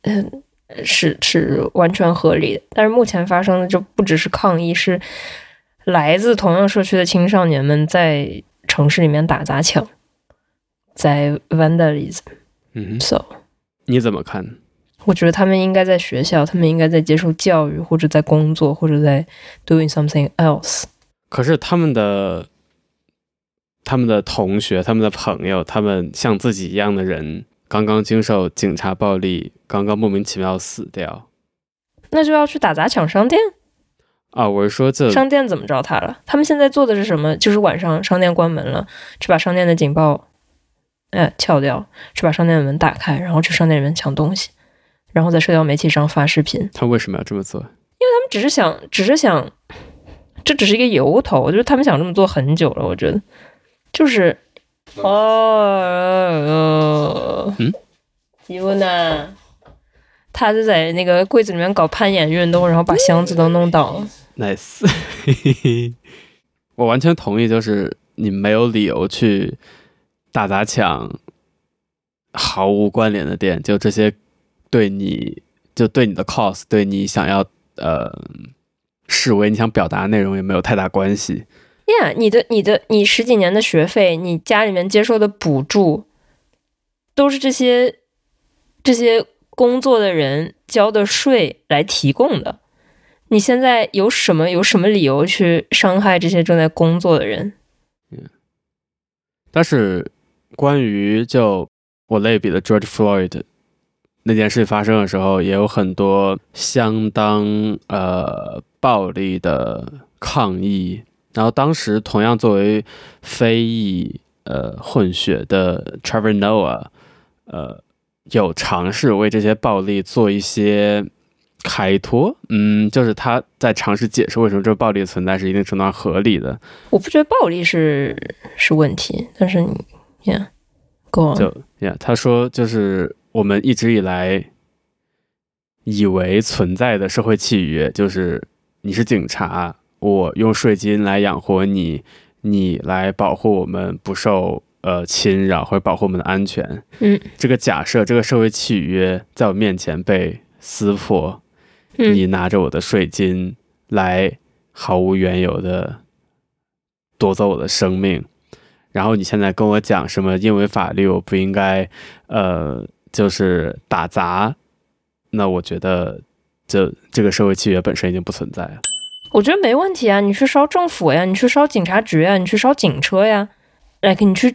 [SPEAKER 1] 嗯，是是完全合理的。但是目前发生的就不只是抗议，是来自同样社区的青少年们在城市里面打砸抢，在 vandalism。
[SPEAKER 2] 嗯哼，
[SPEAKER 1] So，
[SPEAKER 2] 你怎么看？
[SPEAKER 1] 我觉得他们应该在学校，他们应该在接受教育，或者在工作，或者在 doing something else。
[SPEAKER 2] 可是他们的他们的同学、他们的朋友、他们像自己一样的人，刚刚经受警察暴力，刚刚莫名其妙死掉
[SPEAKER 1] 那就要去打砸抢商店。
[SPEAKER 2] 啊！我是说这
[SPEAKER 1] 商店怎么着他了？他们现在做的是什么？就是晚上商店关门了，去把商店的警报，呃，撬掉，去把商店的门打开，然后去商店里面抢东西，然后在社交媒体上发视频。
[SPEAKER 2] 他为什么要这么做？
[SPEAKER 1] 他们只是想，只是想，这只是一个由头，就是他们想这么做很久了，我觉得就是哦，
[SPEAKER 2] 嗯，
[SPEAKER 1] 吉乌娜，他就在那个柜子里面搞攀岩运动，然后把箱子都弄倒了。
[SPEAKER 2] nice，我完全同意，就是你没有理由去打砸抢毫无关联的店，就这些对你就对你的 cause，对你想要呃示威你想表达的内容也没有太大关系。
[SPEAKER 1] Yeah，你的你的你十几年的学费，你家里面接受的补助，都是这些这些工作的人交的税来提供的。你现在有什么有什么理由去伤害这些正在工作的人？
[SPEAKER 2] 但是关于就我类比的 George Floyd 那件事发生的时候，也有很多相当呃暴力的抗议。然后当时同样作为非裔呃混血的 Trevor Noah，呃，有尝试为这些暴力做一些开脱。嗯，就是他在尝试解释为什么这个暴力的存在是一定程度上合理的。
[SPEAKER 1] 我不觉得暴力是是问题，但是你，Yeah，Go on，
[SPEAKER 2] 就呀他说就是我们一直以来以为存在的社会契约，就是你是警察，我用税金来养活你，你来保护我们不受呃侵扰或者保护我们的安全。
[SPEAKER 1] 嗯
[SPEAKER 2] 这个假设，这个社会契约在我面前被撕破，
[SPEAKER 1] 嗯
[SPEAKER 2] 你拿着我的税金来毫无缘由的夺走我的生命，然后你现在跟我讲什么？因为法律我不应该，呃，就是打砸，那我觉得这这个社会契约本身已经不存在了。
[SPEAKER 1] 我觉得没问题啊，你去烧政府呀，你去烧警察局呀，你去烧警车呀，like 你去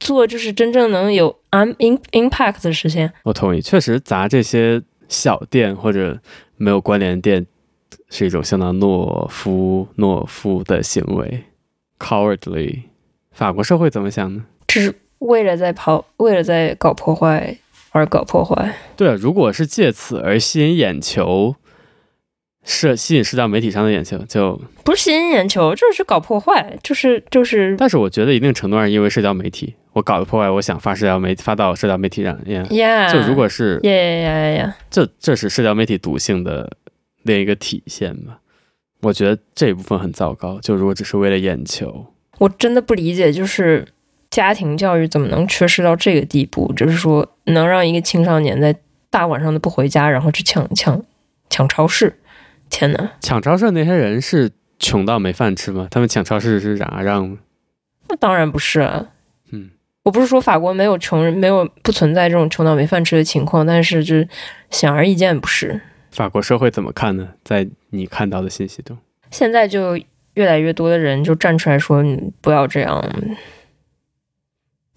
[SPEAKER 1] 做就是真正能有 am im- impact 的事情。
[SPEAKER 2] 我同意，确实砸这些小店或者没有关联店是一种相当懦夫懦夫的行为，cowardly。法国社会怎么想呢？
[SPEAKER 1] 只是为了在跑，为了在搞破坏而搞破坏。
[SPEAKER 2] 对啊，如果是借此而吸引眼球，社吸引社交媒体上的眼球，就
[SPEAKER 1] 不是吸引眼球，就是去搞破坏，就是就是
[SPEAKER 2] 但是我觉得一定程度上因为社交媒体，我搞了破坏，我想发社交媒发到社交媒体上，yeah，
[SPEAKER 1] ，yeah，
[SPEAKER 2] 就如果是
[SPEAKER 1] yeah yeah yeah yeah，
[SPEAKER 2] 这这是社交媒体毒性的另一个体现吧。我觉得这一部分很糟糕，就如果只是为了眼球，
[SPEAKER 1] 我真的不理解，就是家庭教育怎么能缺失到这个地步？就是说，能让一个青少年在大晚上的不回家，然后去抢抢抢超市，天哪！
[SPEAKER 2] 抢超市那些人是穷到没饭吃吗？他们抢超市是啥让？
[SPEAKER 1] 那当然不是啊。
[SPEAKER 2] 嗯，
[SPEAKER 1] 我不是说法国没有穷人，没有不存在这种穷到没饭吃的情况，但是就是显而易见不是。
[SPEAKER 2] 法国社会怎么看呢？在你看到的信息中，
[SPEAKER 1] 现在就越来越多的人就站出来说，你不要这样，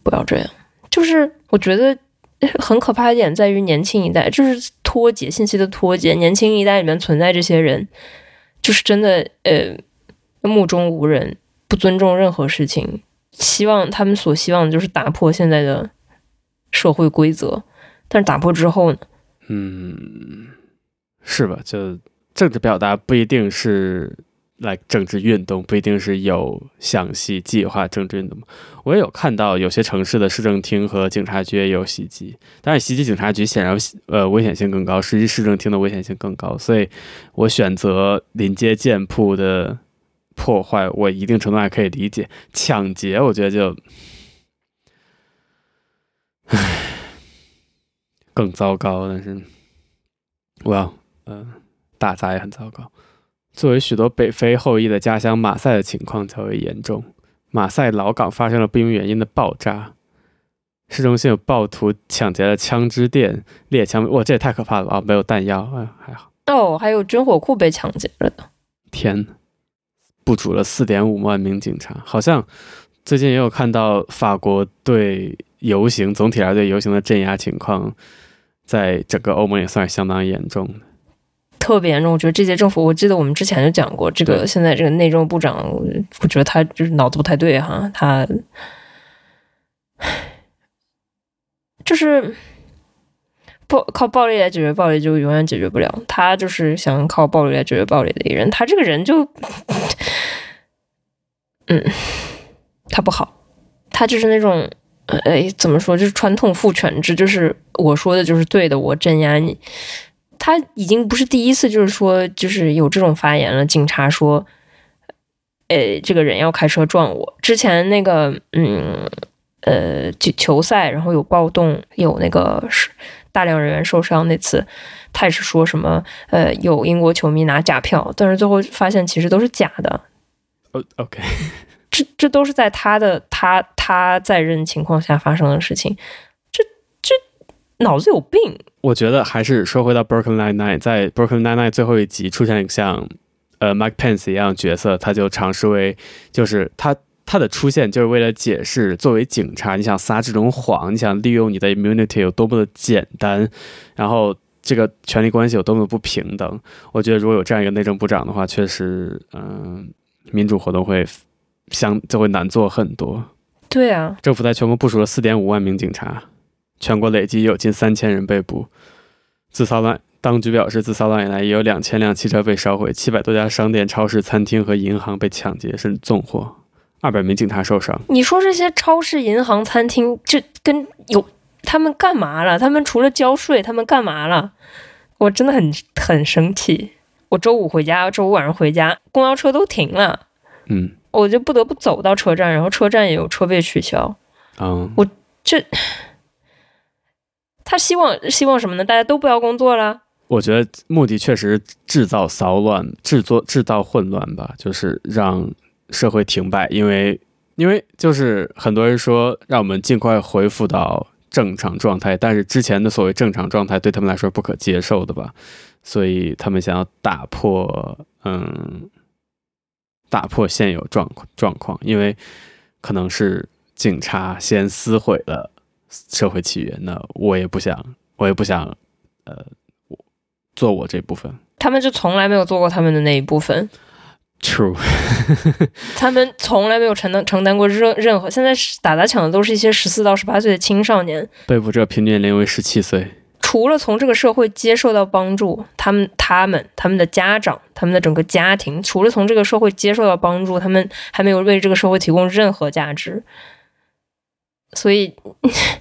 [SPEAKER 1] 不要这样。就是我觉得很可怕一点在于年轻一代，就是脱节信息的脱节。年轻一代里面存在这些人，就是真的呃目中无人，不尊重任何事情。希望他们所希望的就是打破现在的社会规则，但是打破之后呢？
[SPEAKER 2] 嗯，是吧？就政治表达不一定是来政治运动，不一定是有详细计划政治运动。我也有看到有些城市的市政厅和警察局也有袭击，但是袭击警察局显然呃危险性更高，袭击市政厅的危险性更高，所以我选择临街店铺的破坏，我一定程度上可以理解。抢劫，我觉得就，唉，更糟糕。但是，我要呃，打砸也很糟糕。作为许多北非后裔的家乡马赛的情况较为严重，马赛老港发生了不明原因的爆炸。市中心有暴徒抢劫了枪支店、猎枪，哇，这也太可怕了吧！啊没有弹药，哎，还好。
[SPEAKER 1] 哦，还有军火库被抢劫了的，
[SPEAKER 2] 天呐，部署了四点五万名警察，好像最近也有看到法国对游行总体来说对游行的镇压情况，在整个欧盟也算是相当严重的。
[SPEAKER 1] 特别严重。我觉得这届政府，我记得我们之前就讲过，这个
[SPEAKER 2] 对
[SPEAKER 1] 现在这个内政部长，我我觉得他就是脑子不太对哈，他 就是暴靠暴力来解决暴力就永远解决不了，他就是想靠暴力来解决暴力的一个人，他这个人就 嗯，它不好，它就是那种，呃哎，怎么说，就是传统父权制，就是我说的就是对的，我镇压你。他已经不是第一次，就是说，就是有这种发言了。警察说，呃，这个人要开车撞我。之前那个，嗯，呃，球球赛，然后有暴动，有那个是大量人员受伤那次，他也是说什么，呃，有英国球迷拿假票，但是最后发现其实都是假的。
[SPEAKER 2] 哦，OK，
[SPEAKER 1] 这这都是在他的他他在任情况下发生的事情。这这脑子有病。
[SPEAKER 2] 我觉得还是说回到 Brooklyn Nine Nine，在 Brooklyn Nine Nine 最后一集出现像呃 Mike Pence 一样的角色，他就尝试为就是他他的出现就是为了解释，作为警察，你想撒这种谎，你想利用你的 immunity 有多么的简单，然后这个权力关系有多么的不平等。我觉得如果有这样一个内政部长的话，确实，嗯、民主活动会相就会难做很多。
[SPEAKER 1] 对啊，
[SPEAKER 2] 政府在全国部署了4.5万名警察，全国累计有近3千人被捕。自骚乱，当局表示，自骚乱以来，也有2千辆汽车被烧毁，700多家商店、超市、餐厅和银行被抢劫甚至纵火，200名警察受伤。
[SPEAKER 1] 你说这些超市、银行、餐厅，这跟有他们干嘛了？他们除了交税，他们干嘛了？我真的很很生气。我周五回家，周五晚上回家，公交车都停了，
[SPEAKER 2] 嗯
[SPEAKER 1] 我就不得不走到车站，然后车站也有车被取消。
[SPEAKER 2] 嗯
[SPEAKER 1] 我他希望希望什么呢？大家都不要工作了。
[SPEAKER 2] 我觉得目的确实制造骚乱，制作制造混乱吧，就是让社会停摆，因为因为就是很多人说让我们尽快恢复到正常状态，但是之前的所谓正常状态对他们来说是不可接受的吧，所以他们想要打破嗯打破现有状状况，因为可能是警察先撕毁了社会契约，那我也不想我也不想呃。做我这部分。
[SPEAKER 1] 他们就从来没有做过他们的那一部分，
[SPEAKER 2] True，
[SPEAKER 1] 他们从来没有承担承担过任任何。现在是打砸抢的都是一些十四到十八岁的青少年，
[SPEAKER 2] 被捕者平均年龄为十七岁。
[SPEAKER 1] 除了从这个社会接受到帮助，他们、他们、他们的家长、他们的整个家庭，除了从这个社会接受到帮助，他们还没有为这个社会提供任何价值，所以，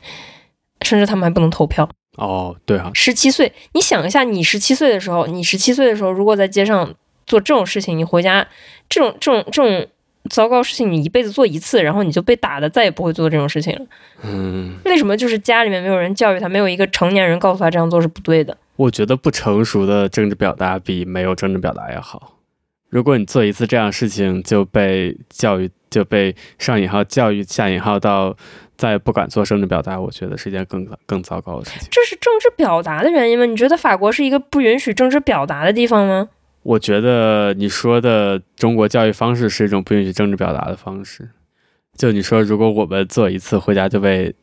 [SPEAKER 1] 甚至他们还不能投票。
[SPEAKER 2] 哦，对啊，
[SPEAKER 1] 十七岁，你想一下，你十七岁的时候，你十七岁的时候，如果在街上做这种事情，你回家，这种、这种、这种糟糕事情，你一辈子做一次，然后你就被打的，再也不会做这种事情了。
[SPEAKER 2] 嗯，
[SPEAKER 1] 为什么就是家里面没有人教育他，没有一个成年人告诉他这样做是不对的？
[SPEAKER 2] 我觉得不成熟的政治表达比没有政治表达要好。如果你做一次这样的事情就被教育，就被上引号教育下引号到再也不敢做政治表达，我觉得是一件更更糟糕的事情。
[SPEAKER 1] 这是政治表达的原因吗？你觉得法国是一个不允许政治表达的地方吗？
[SPEAKER 2] 我觉得你说的中国教育方式是一种不允许政治表达的方式。就你说，如果我们做一次回家就被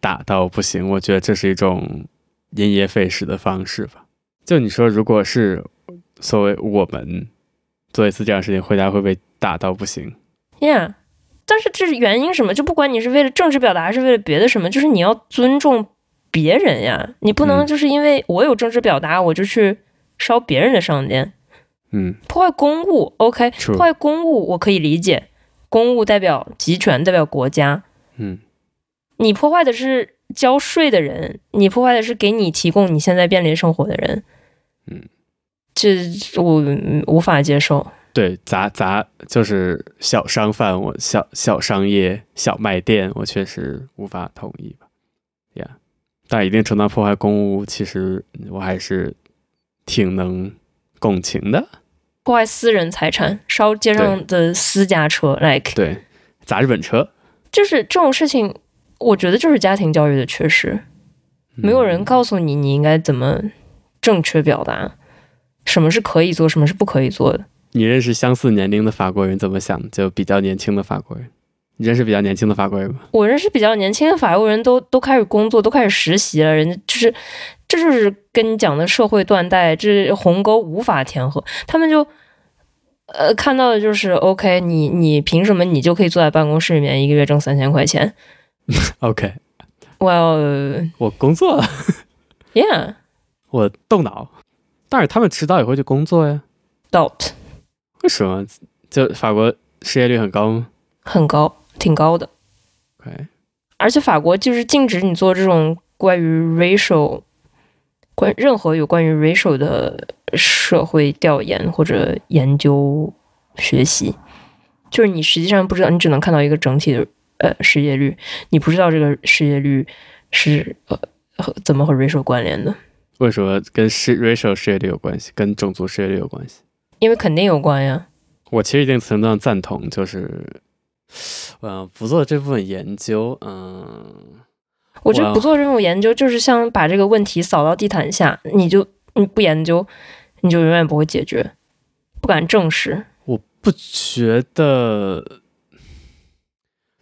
[SPEAKER 2] 打到不行，我觉得这是一种因噎废食的方式吧。就你说，如果是所谓我们做一次这样的事情，回家会被打到不行，
[SPEAKER 1] ，Yeah，但是这是原因什么？就不管你是为了政治表达还是为了别的什么，就是你要尊重别人呀，你不能
[SPEAKER 2] 嗯
[SPEAKER 1] 就是因为我有政治表达，我就去烧别人的商店，
[SPEAKER 2] 嗯
[SPEAKER 1] 破坏公物。OK，
[SPEAKER 2] ，true，
[SPEAKER 1] 破坏公物我可以理解，公物代表集权，代表国家。
[SPEAKER 2] 嗯
[SPEAKER 1] 你破坏的是交税的人，你破坏的是给你提供你现在便利生活的人。
[SPEAKER 2] 嗯，
[SPEAKER 1] 这我嗯无法接受。
[SPEAKER 2] 对，砸砸就是小商贩，我小小商业、小卖店，我确实无法同意吧，呀、但一定程度上破坏公务，其实我还是挺能共情的。
[SPEAKER 1] 破坏私人财产，烧街上的私家车，like
[SPEAKER 2] 对，砸日本车，
[SPEAKER 1] 就是这种事情，我觉得就是家庭教育的缺失。
[SPEAKER 2] 嗯
[SPEAKER 1] 没有人告诉你你应该怎么正确表达，什么是可以做，什么是不可以做的。
[SPEAKER 2] 你认识相似年龄的法国人怎么想的？就比较年轻的法国人，你认识比较年轻的法国人吗？
[SPEAKER 1] 我认识比较年轻的法国人都都开始工作，都开始实习了，人家就是这就是跟你讲的社会断代，这鸿沟无法填合。他们就呃看到的就是 OK，你你凭什么你就可以坐在办公室里面一个月挣三千块钱
[SPEAKER 2] OK，
[SPEAKER 1] ？Well，yeah，
[SPEAKER 2] 我工作了，我动脑，但是他们迟早也会去工作呀。
[SPEAKER 1] doubt
[SPEAKER 2] 为什么？就法国失业率很高吗？
[SPEAKER 1] 很高，挺高的。
[SPEAKER 2] OK，
[SPEAKER 1] 而且法国就是禁止你做这种关于 racial 关任何有关于 racial 的社会调研或者研究学习，就是你实际上不知道，你只能看到一个整体的呃失业率，你不知道这个失业率是呃和怎么和 racial 关联的，
[SPEAKER 2] 为什么跟失 racial 失业率有关系，跟种族失业率有关系？
[SPEAKER 1] 因为肯定有关呀。
[SPEAKER 2] 我其实一定程度上赞同，就是，嗯、不做这部分研究，嗯、
[SPEAKER 1] 我觉得
[SPEAKER 2] 哇
[SPEAKER 1] 不做这种研究，就是像把这个问题扫到地毯下，你就你不研究，你就永远不会解决，不敢正视。
[SPEAKER 2] 我不觉得，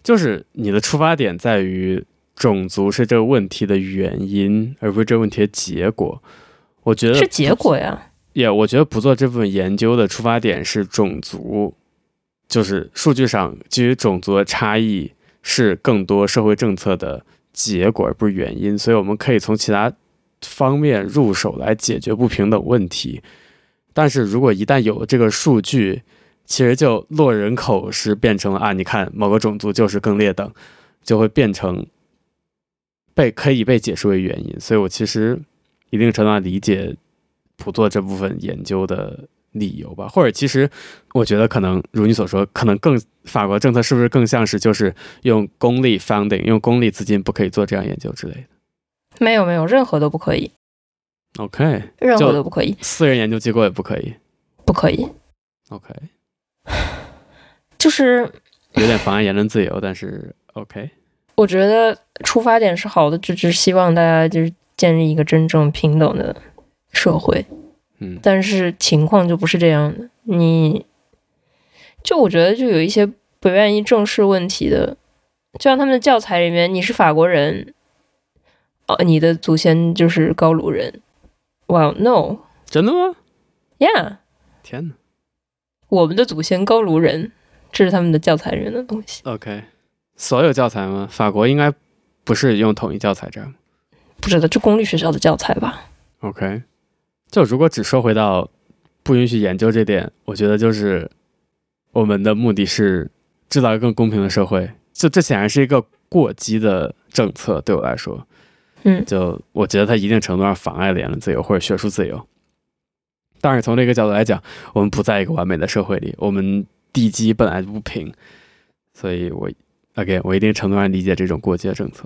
[SPEAKER 2] 就是你的出发点在于种族是这个问题的原因，而不是这个问题的结果。我觉得
[SPEAKER 1] 是结果呀，
[SPEAKER 2] 也我觉得不做这部分研究的出发点是种族，就是数据上基于种族的差异是更多社会政策的结果，而不是原因。所以我们可以从其他方面入手来解决不平等问题。但是如果一旦有了这个数据，其实就落人口实变成了啊，你看某个种族就是更劣等，就会变成被可以被解释为原因。所以我其实一定程度上理解普做这部分研究的理由吧，或者其实我觉得可能如你所说，可能更法国政策是不是更像是就是用公立 funding 用公立资金不可以做这样研究之类的
[SPEAKER 1] 没有没有，任何都不可以，
[SPEAKER 2] ？OK，
[SPEAKER 1] 任何
[SPEAKER 2] 就
[SPEAKER 1] 都不可以，
[SPEAKER 2] 私人研究机构也不可以。
[SPEAKER 1] 不可以，
[SPEAKER 2] OK，
[SPEAKER 1] 就是
[SPEAKER 2] 有点妨碍言论自由，但是 OK，
[SPEAKER 1] 我觉得出发点是好的，就只是希望大家就是建立一个真正平等的社会，
[SPEAKER 2] 嗯
[SPEAKER 1] 但是情况就不是这样的。你就我觉得就有一些不愿意正视问题的，就像他们的教材里面，你是法国人，哦，你的祖先就是高卢人。Well, no,
[SPEAKER 2] 真的吗？
[SPEAKER 1] yeah，
[SPEAKER 2] 天哪
[SPEAKER 1] 我们的祖先高卢人，这是他们的教材里面的东西，
[SPEAKER 2] ，OK，所有教材吗？法国应该不是用统一教材这样。
[SPEAKER 1] 不知道就公立学校的教材吧？
[SPEAKER 2] OK，就如果只说回到不允许研究这点，我觉得就是我们的目的是制造一个更公平的社会，就这显然是一个过激的政策，对我来说，
[SPEAKER 1] 嗯
[SPEAKER 2] 就我觉得它一定程度上妨碍了言论自由或者学术自由。当然，从这个角度来讲，我们不在一个完美的社会里，我们地基本来就不平，所以我 OK，我一定程度上理解这种过激的政策。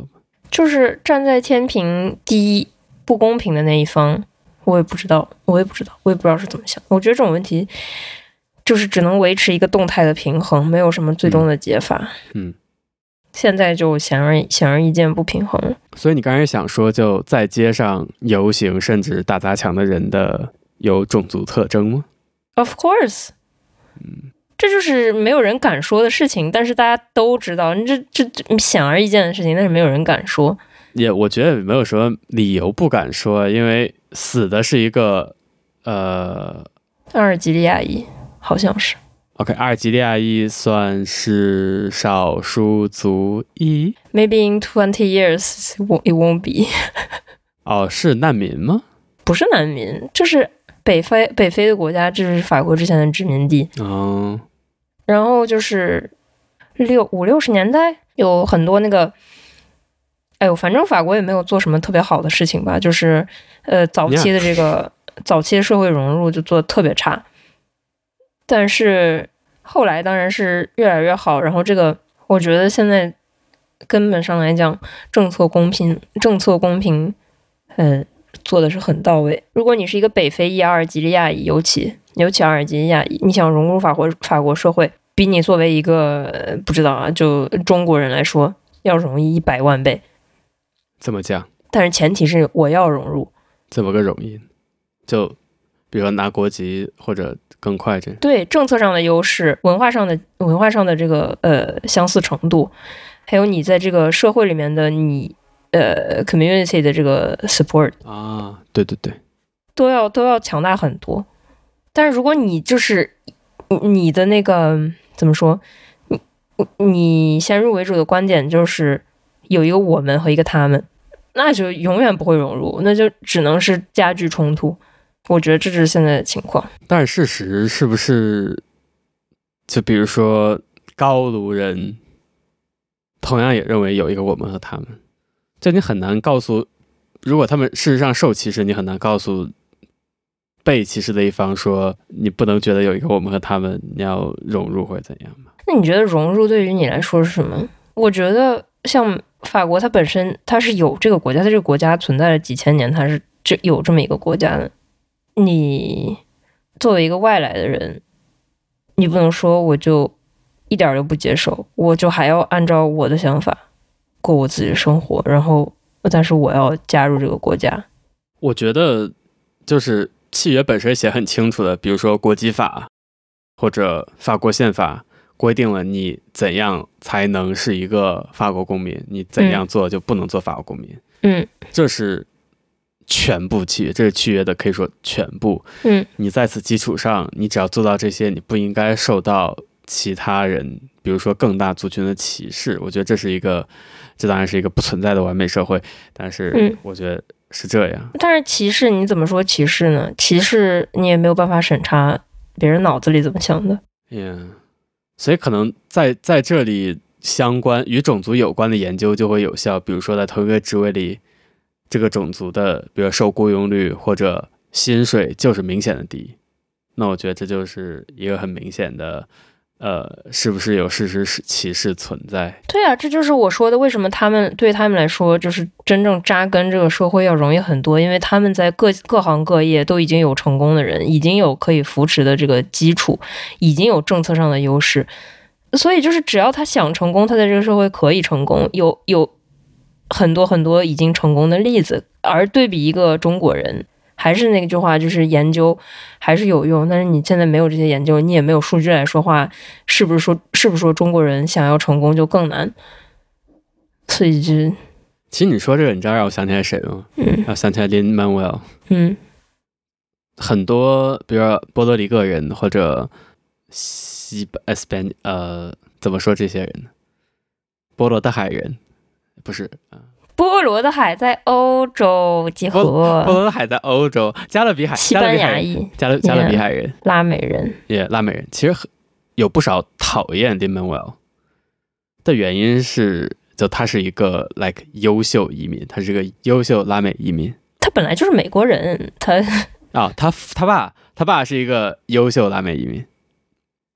[SPEAKER 1] 就是站在天平低不公平的那一方，我也不知道，我也不知道，我也不知道是怎么想。我觉得这种问题就是只能维持一个动态的平衡，没有什么最终的解法。
[SPEAKER 2] 嗯嗯
[SPEAKER 1] 现在就显而显而易见不平衡。
[SPEAKER 2] 所以你刚才想说，就在街上游行甚至打砸抢的人的有种族特征吗？
[SPEAKER 1] Of course，
[SPEAKER 2] 嗯，
[SPEAKER 1] 这就是没有人敢说的事情，但是大家都知道，这这这显而易见的事情，但是没有人敢说。
[SPEAKER 2] 也我觉得也没有什么理由不敢说，因为死的是一个呃
[SPEAKER 1] 阿尔及利亚裔好像是，
[SPEAKER 2] ，OK，阿尔及利亚裔算是少数族裔
[SPEAKER 1] Maybe in twenty years it won't, it won't be，
[SPEAKER 2] 哦，是难民吗？
[SPEAKER 1] 不是难民，就是北非北非的国家，这是法国之前的殖民地。
[SPEAKER 2] 哦，
[SPEAKER 1] 然后就是六五六十年代有很多那个，哎呦，反正法国也没有做什么特别好的事情吧，就是呃早期的这个早期的社会融入就做的特别差，但是后来当然是越来越好。然后这个我觉得现在根本上来讲，政策公平，政策公平，嗯，做的是很到位。如果你是一个北非裔、阿尔及利亚裔，尤其尤其阿尔及利亚裔，你想融入法国法国社会，比你作为一个呃不知道啊，就中国人来说要容易一百万倍。
[SPEAKER 2] 怎么讲？
[SPEAKER 1] 但是前提是我要融入，
[SPEAKER 2] 怎么个容易？就比如说拿国籍或者更快这
[SPEAKER 1] 对政策上的优势、文化上的文化上的这个呃相似程度，还有你在这个社会里面的你呃 community 的这个 support，
[SPEAKER 2] 啊，对对对，
[SPEAKER 1] 都要都要强大很多。但是如果你就是你你的那个怎么说，你你先入为主的观点就是有一个我们和一个他们，那就永远不会融入，那就只能是加剧冲突。我觉得这就是现在的情况。
[SPEAKER 2] 但是事实是不是，就比如说高卢人同样也认为有一个我们和他们，这你很难告诉。如果他们事实上受歧视，你很难告诉被歧视的一方说你不能觉得有一个我们和他们，你要融入或者怎样吧。
[SPEAKER 1] 那你觉得融入对于你来说是什么？我觉得像法国，它本身它是有这个国家，它这个国家存在了几千年，它是这有这么一个国家的。你作为一个外来的人，你不能说我就一点儿都不接受，我就还要按照我的想法过我自己的生活，然后但是我要加入这个国家。
[SPEAKER 2] 我觉得就是契约本身写很清楚的，比如说国籍法或者法国宪法规定了你怎样才能是一个法国公民，你怎样做就不能做法国公民，
[SPEAKER 1] 嗯
[SPEAKER 2] 这是全部契约，这是契约的可以说全部。
[SPEAKER 1] 嗯
[SPEAKER 2] 你在此基础上，你只要做到这些，你不应该受到其他人，比如说更大族群的歧视。我觉得这是一个，这当然是一个不存在的完美社会，但是
[SPEAKER 1] 嗯
[SPEAKER 2] 我觉得是这样。
[SPEAKER 1] 但是歧视你怎么说歧视呢？歧视你也没有办法审查别人脑子里怎么想的。
[SPEAKER 2] 嗯，所以可能在在这里相关与种族有关的研究就会有效，比如说在同一个职位里，这个种族的，比如受雇佣率或者薪水就是明显的低。那我觉得这就是一个很明显的，呃，是不是有事实是歧视存在？
[SPEAKER 1] 对啊，这就是我说的，为什么他们对他们来说，就是真正扎根这个社会要容易很多，因为他们在各各行各业都已经有成功的人，已经有可以扶持的这个基础，已经有政策上的优势，所以就是只要他想成功，他在这个社会可以成功，有有很多很多已经成功的例子。而对比一个中国人，还是那句话，就是研究还是有用，但是你现在没有这些研究，你也没有数据来说话，是不是说是不是说中国人想要成功就更难？所以就
[SPEAKER 2] 其实你说这个，你知道让我想起来谁吗？
[SPEAKER 1] 嗯
[SPEAKER 2] 让我想起来林 Manuel。
[SPEAKER 1] 嗯
[SPEAKER 2] 很多，比如说波多黎各人或者西班呃西班呃，怎么说这些人呢？波罗的海人不是呃
[SPEAKER 1] 波罗的海在欧洲集
[SPEAKER 2] 波
[SPEAKER 1] 合
[SPEAKER 2] 罗的海在欧洲，加勒比海，
[SPEAKER 1] 西
[SPEAKER 2] 加勒
[SPEAKER 1] 班
[SPEAKER 2] 比海
[SPEAKER 1] 牙
[SPEAKER 2] 人，
[SPEAKER 1] 裔、
[SPEAKER 2] 加勒加勒比海人
[SPEAKER 1] 拉美人，
[SPEAKER 2] 也拉美人，其实很有不少讨厌 Lin Manuel 的原因是，就他是一个 like 优秀移民，他是个优秀拉美移民
[SPEAKER 1] 他本来就是美国人，他
[SPEAKER 2] 啊、他他爸他爸是一个优秀拉美移民，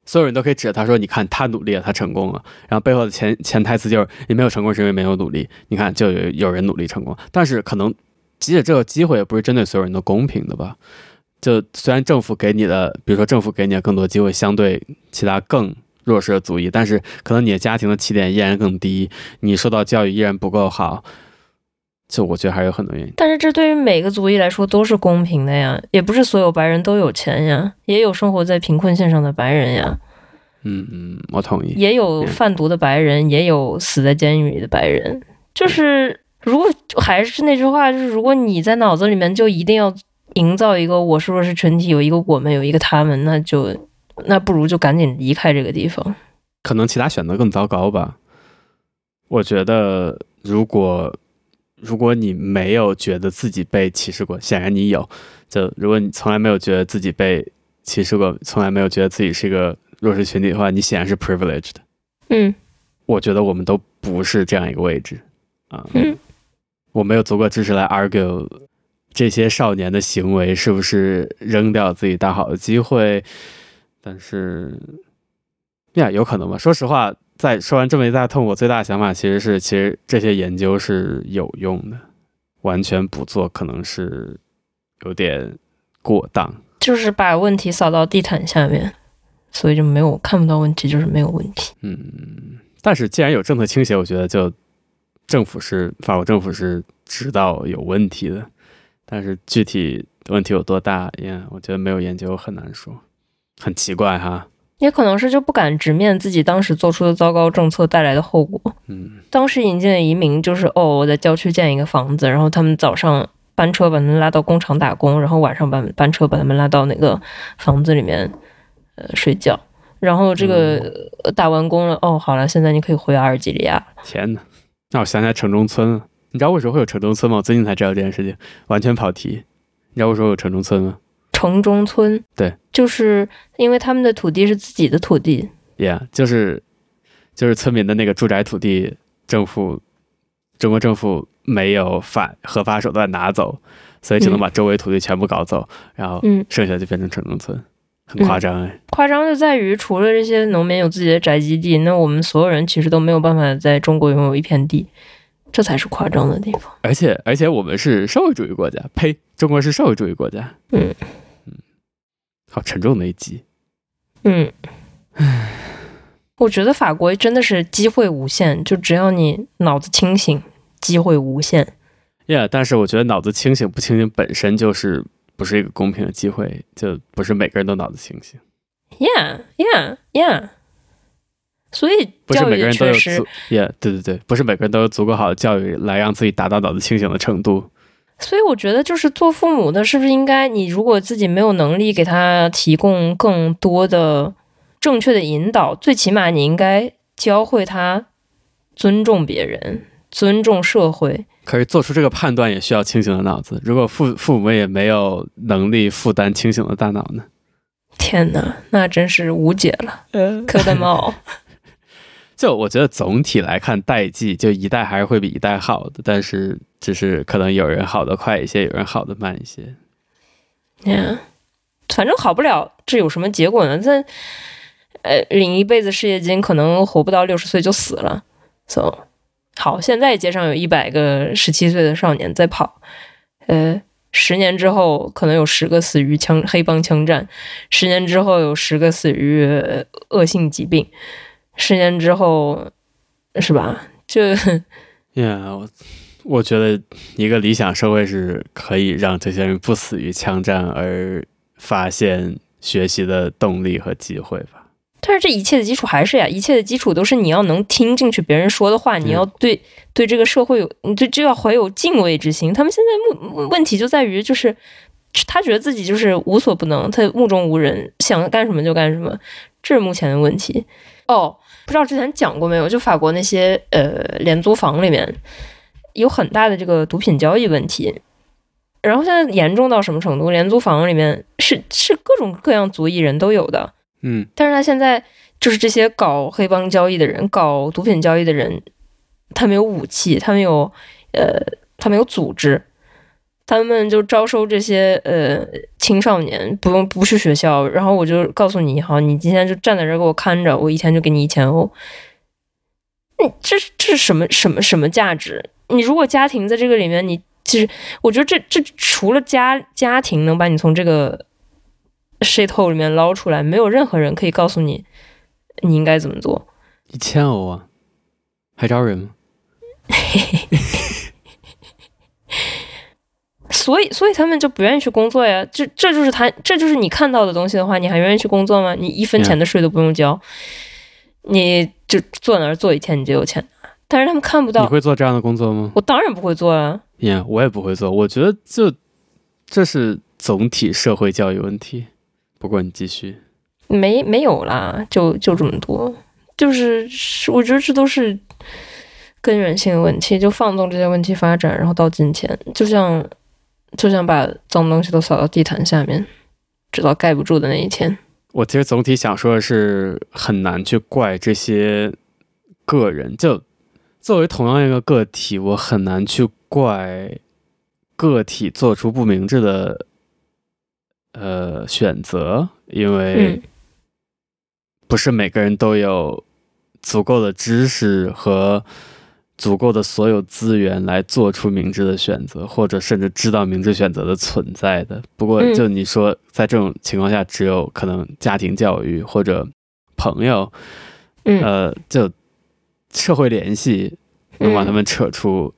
[SPEAKER 2] 所有人都可以指着他说：“你看他努力了，他成功了。”然后背后的潜潜台词就是：“你没有成功是因为没有努力。”你看，就有有人努力成功，但是可能即使这个机会也不是针对所有人都公平的吧。就虽然政府给你的，比如说政府给你的更多机会，相对其他更弱势的族裔，但是可能你的家庭的起点依然更低，你受到教育依然不够好。就我觉得还是有很多原因。
[SPEAKER 1] 但是这对于每个族裔来说都是公平的呀，也不是所有白人都有钱呀，也有生活在贫困线上的白人呀，
[SPEAKER 2] 嗯嗯，我同意。
[SPEAKER 1] 也有
[SPEAKER 2] 嗯
[SPEAKER 1] 贩毒的白人，也有死在监狱里的白人。就是如果还是那句话，就是如果你在脑子里面就一定要营造一个我是弱势群体，有一个我们，有一个他们，那就那不如就赶紧离开这个地方。
[SPEAKER 2] 可能其他选择更糟糕吧。我觉得，如果如果你没有觉得自己被歧视过，显然你有。就如果你从来没有觉得自己被歧视过，从来没有觉得自己是一个弱势群体的话，你显然是 privileged 的。
[SPEAKER 1] 嗯
[SPEAKER 2] 我觉得我们都不是这样一个位置啊。
[SPEAKER 1] 嗯
[SPEAKER 2] 我没有足够知识来 argue 这些少年的行为是不是扔掉自己大好的机会，但是呀，有可能吧。说实话，在说完这么一大通，我最大的想法其实是，其实这些研究是有用的，完全不做可能是有点过当。
[SPEAKER 1] 就是把问题扫到地毯下面，所以就没有看不到问题，就是没有问题。
[SPEAKER 2] 嗯，但是既然有政策倾斜，我觉得就政府是法国政府是知道有问题的，但是具体问题有多大，呀，我觉得没有研究很难说，很奇怪哈。
[SPEAKER 1] 也可能是就不敢直面自己当时做出的糟糕政策带来的后果。
[SPEAKER 2] 嗯，
[SPEAKER 1] 当时引进的移民就是哦，我在郊区建一个房子，然后他们早上班车把他们拉到工厂打工，然后晚上把班车把他们拉到那个房子里面呃睡觉。然后这个、
[SPEAKER 2] 嗯
[SPEAKER 1] 呃打完工了，哦，好了，现在你可以回阿尔及利亚。
[SPEAKER 2] 天哪，那我想起来城中村了。你知道为什么会有城中村吗？我最近才知道这件事情，完全跑题。你知道为什么会有城中村吗
[SPEAKER 1] 城中村，
[SPEAKER 2] 对，
[SPEAKER 1] 就是因为他们的土地是自己的土地，
[SPEAKER 2] ？Yeah，就是就是村民的那个住宅土地，政府中国政府没有法合法手段拿走，所以只
[SPEAKER 1] 嗯
[SPEAKER 2] 能把周围土地全部搞走，然后
[SPEAKER 1] 嗯，
[SPEAKER 2] 剩下就变成城中村，很夸张哎。
[SPEAKER 1] 夸张就在于，除了这些农民有自己的宅基地，那我们所有人其实都没有办法在中国拥有一片地，这才是夸张的地方。
[SPEAKER 2] 而且而且我们是社会主义国家，呸，中国是社会主义国家。
[SPEAKER 1] 嗯
[SPEAKER 2] 嗯好沉重的一集。
[SPEAKER 1] 嗯，我觉得法国真的是机会无限，就只要你脑子清醒，机会无限。
[SPEAKER 2] Yeah，但是我觉得脑子清醒不清醒本身就是不是一个公平的机会，就不是每个人都脑子清醒，
[SPEAKER 1] Yeah, yeah, yeah。所以
[SPEAKER 2] 不是
[SPEAKER 1] 教
[SPEAKER 2] 每个
[SPEAKER 1] 育
[SPEAKER 2] 人都
[SPEAKER 1] 确
[SPEAKER 2] 有
[SPEAKER 1] 实
[SPEAKER 2] 足。Yeah，对对对，不是每个人都有足够好的教育来让自己达到脑子清醒的程度。
[SPEAKER 1] 所以我觉得，就是做父母的，是不是应该你如果自己没有能力给他提供更多的正确的引导，最起码你应该教会他尊重别人、尊重社会。
[SPEAKER 2] 可是做出这个判断也需要清醒的脑子。如果父父母们也没有能力负担清醒的大脑呢？
[SPEAKER 1] 天哪，那真是无解了，
[SPEAKER 2] 呃，
[SPEAKER 1] 科德帽。
[SPEAKER 2] 就我觉得总体来看，代际就一代还是会比一代好的，但是只是可能有人好的快一些，有人好的慢一些。
[SPEAKER 1] Yeah，反正好不了，这有什么结果呢？这呃，领一辈子失业金，可能活不到六十岁就死了。So，好，现在街上有一百个十七岁的少年在跑，呃，十年之后可能有十个死于枪黑帮枪战，十年之后有十个死于呃恶性疾病，十年之后是吧？这
[SPEAKER 2] Yeah，我我觉得一个理想社会是可以让这些人不死于枪战，而发现学习的动力和机会吧。
[SPEAKER 1] 但是这一切的基础还是呀，一切的基础都是你要能听进去别人说的话，你要对对这个社会有，你对就要怀有敬畏之心。他们现在目问题就在于，就是他觉得自己就是无所不能，他目中无人，想干什么就干什么，这是目前的问题。哦，不知道之前讲过没有，就法国那些呃廉租房里面有很大的这个毒品交易问题。然后现在严重到什么程度？廉租房里面是是各种各样族裔人都有的，
[SPEAKER 2] 嗯，
[SPEAKER 1] 但是他现在就是这些搞黑帮交易的人、搞毒品交易的人，他们有武器，他们有呃，他们有组织，他们就招收这些呃青少年，不用不去学校，然后我就告诉你，好，你今天就站在这儿给我看着，我一天就给你一千欧。你这是这是什么什么什么价值？你如果家庭在这个里面，你其实我觉得这这除了家家庭能把你从这个 shit hole 里面捞出来，没有任何人可以告诉你你应该怎么做。
[SPEAKER 2] 一千欧啊，还招人吗？
[SPEAKER 1] 所以，所以他们就不愿意去工作呀。这这就是他，这就是你看到的东西的话，你还愿意去工作吗？你一分钱的税都不用交你就坐那儿坐一天你就有钱拿。但是他们看不
[SPEAKER 2] 你
[SPEAKER 1] 到，
[SPEAKER 2] 会做这样的工作吗？
[SPEAKER 1] 我当然不会做啊。
[SPEAKER 2] yeah,，我也不会做。我觉得就这是总体社会教育问题。不过你继续，
[SPEAKER 1] 没没有啦，就就这么多，就是是我觉得这都是根源性的问题，就放纵这些问题发展，然后到今天，就像就像把脏东西都扫到地毯下面，直到盖不住的那一天。
[SPEAKER 2] 我其实总体想说的是，很难去怪这些个人。就作为同样一个个体，我很难去怪个体做出不明智的呃选择，因为
[SPEAKER 1] 嗯
[SPEAKER 2] 不是每个人都有足够的知识和足够的所有资源来做出明智的选择，或者甚至知道明智选择的存在的。不过，
[SPEAKER 1] 嗯
[SPEAKER 2] 就你说，在这种情况下，只有可能家庭教育或者朋友，
[SPEAKER 1] 嗯，
[SPEAKER 2] 呃，就社会联系能把
[SPEAKER 1] 嗯
[SPEAKER 2] 他们扯出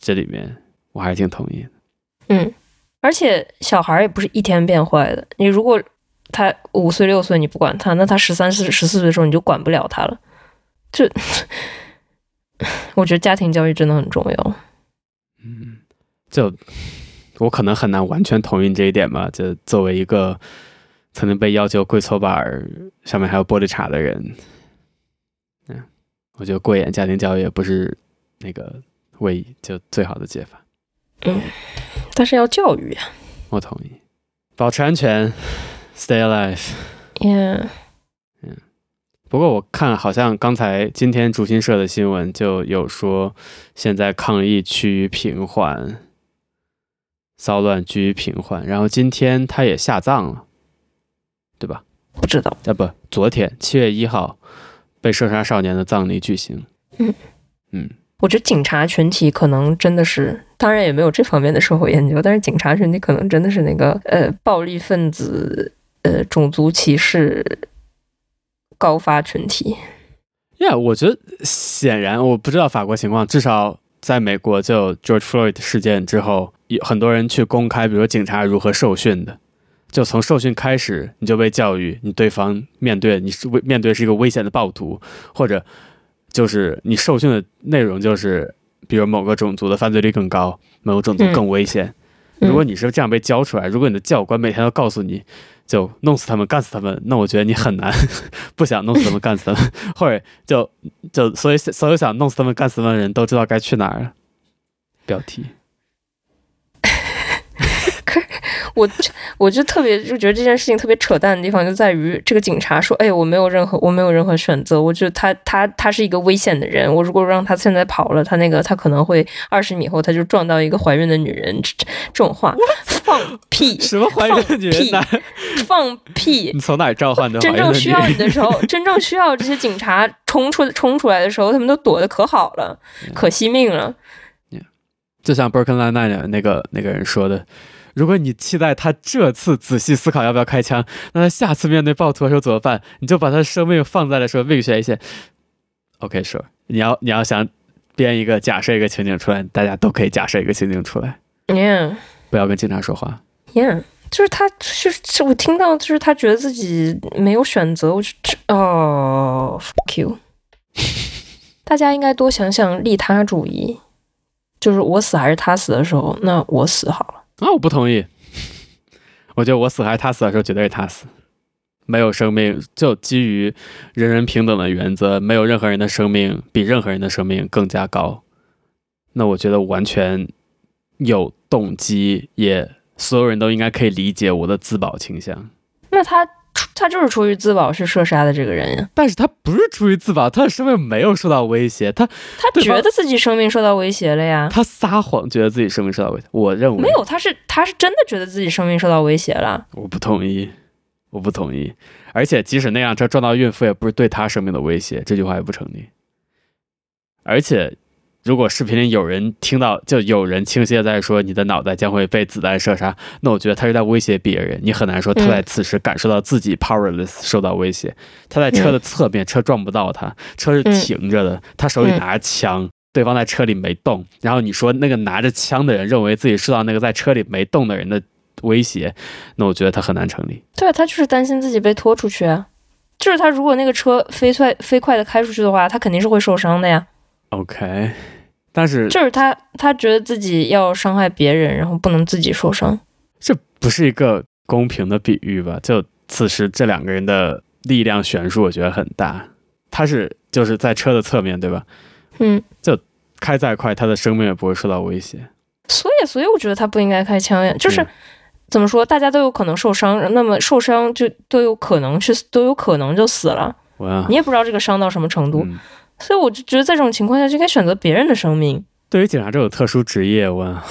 [SPEAKER 2] 这里面，我还是挺同意的。
[SPEAKER 1] 嗯，而且小孩儿也不是一天变坏的。你如果他五岁六岁你不管他，那他十三四十四岁的时候你就管不了他了。这， 我觉得家庭教育真的很重要。
[SPEAKER 2] 嗯，就我可能很难完全同意你这一点吧。就作为一个曾经被要求跪搓板儿，上面还有玻璃碴的人，嗯，我觉得过眼家庭教育也不是那个唯一就最好的解法。
[SPEAKER 1] 嗯，但是要教育啊呀。
[SPEAKER 2] 我同意，保持安全，stay alive。
[SPEAKER 1] Yeah.
[SPEAKER 2] 嗯，不过我看好像刚才今天竹新社的新闻就有说，现在抗议趋于平缓，骚乱趋于平缓。然后今天它也下葬了，对吧？
[SPEAKER 1] 不知道，
[SPEAKER 2] 啊，不，昨天七月一号被射杀少年的葬礼举行。
[SPEAKER 1] 嗯
[SPEAKER 2] 嗯，
[SPEAKER 1] 我觉得警察群体可能真的是，当然也没有这方面的社会研究，但是警察群体可能真的是那个呃暴力分子、呃种族歧视高发群体。
[SPEAKER 2] 呀、我觉得显然我不知道法国情况，至少在美国就 George Floyd 事件之后，有很多人去公开，比如说警察如何受训的，就从受训开始你就被教育，你对方面对你是危面对是一个危险的暴徒，或者就是你受训的内容就是，比如某个种族的犯罪率更高，某个种族
[SPEAKER 1] 嗯
[SPEAKER 2] 更危险。
[SPEAKER 1] 嗯
[SPEAKER 2] 如果你是这样被教出来，如果你的教官每天都告诉你就弄死他们、干死他们，那我觉得你很难 不想弄死他们、干死他们， 或者就就所以所有想弄死他们、干死他们的人都知道该去哪儿了。标题，
[SPEAKER 1] 我就我就特别就觉得这件事情特别扯淡的地方就在于，这个警察说：“哎，我没有任何我没有任何选择，我就他他他是一个危险的人，我如果让他现在跑了，他那个他可能会二十米后他就撞到一个怀孕的女人。”这这这种话放屁
[SPEAKER 2] 什么怀孕的女人
[SPEAKER 1] 放
[SPEAKER 2] 哪儿？
[SPEAKER 1] 放屁！
[SPEAKER 2] 你从哪儿召唤的怀
[SPEAKER 1] 真
[SPEAKER 2] 孕的
[SPEAKER 1] 正
[SPEAKER 2] 女
[SPEAKER 1] 需要你
[SPEAKER 2] 人？
[SPEAKER 1] 的时候，真正需要这些警察冲出冲出来的时候，他们都躲得可好了，
[SPEAKER 2] 嗯
[SPEAKER 1] 可惜命了。
[SPEAKER 2] 就像 Broken Line 那那个那个人说的，如果你期待他这次仔细思考要不要开枪，那他下次面对暴徒的时候怎么办？你就把他生命放在了说命悬一线。OK，说、sure. 你要你要想编一个假设一个情景出来，大家都可以假设一个情景出来，
[SPEAKER 1] Yeah.
[SPEAKER 2] 不要跟警察说话。
[SPEAKER 1] Yeah，就是他，就是是我听到，就是他觉得自己没有选择，我就这哦，fuck you。大家应该多想想利他主义，就是我死还是他死的时候，那我死好了。
[SPEAKER 2] 啊，我不同意。 我觉得我死还是他死的时候，绝对是他死。没有生命，就基于人人平等的原则，没有任何人的生命比任何人的生命更加高。那我觉得完全有动机，也所有人都应该可以理解我的自保倾向。
[SPEAKER 1] 那他出他就是出于自保去射杀的这个人呀，
[SPEAKER 2] 但是他不是出于自保，他的生命没有受到威胁，他
[SPEAKER 1] 他
[SPEAKER 2] 对方
[SPEAKER 1] 觉得自己生命受到威胁了呀。
[SPEAKER 2] 他撒谎，觉得自己生命受到威胁。我认为
[SPEAKER 1] 没有，他是他是真的觉得自己生命受到威胁了。
[SPEAKER 2] 我不同意，我不同意。而且即使那辆车撞到孕妇，也不是对她生命的威胁，这句话也不成立。而且，如果视频里有人听到，就有人倾泻在说你的脑袋将会被子弹射杀，那我觉得他是在威胁别人。你很难说他在此时感受到自己 powerless 受到威胁。他在车的侧面，车撞不到他，车是
[SPEAKER 1] 嗯
[SPEAKER 2] 停着的，他手里拿着枪。对方在车里没动，然后你说那个拿着枪的人认为自己受到那个在车里没动的人的威胁，那我觉得他很难成立。
[SPEAKER 1] 对，啊他就是担心自己被拖出去啊。就是他如果那个车飞快飞快的开出去的话，他肯定是会受伤的呀。
[SPEAKER 2] OK，但是
[SPEAKER 1] 就是他，他觉得自己要伤害别人，然后不能自己受伤。
[SPEAKER 2] 这不是一个公平的比喻吧？就此时这两个人的力量悬殊，我觉得很大。他是就是在车的侧面对吧？
[SPEAKER 1] 嗯，
[SPEAKER 2] 开再快，他的生命也不会受到威胁。
[SPEAKER 1] 所以，所以我觉得他不应该开枪呀。就是、
[SPEAKER 2] 嗯
[SPEAKER 1] 怎么说，大家都有可能受伤，那么受伤就都有可能去，都有可能就死了。
[SPEAKER 2] 我要
[SPEAKER 1] 你也不知道这个伤到什么程度，
[SPEAKER 2] 嗯
[SPEAKER 1] 所以我就觉得在这种情况下就应该选择别人的生命。
[SPEAKER 2] 对于警察这种特殊职业，我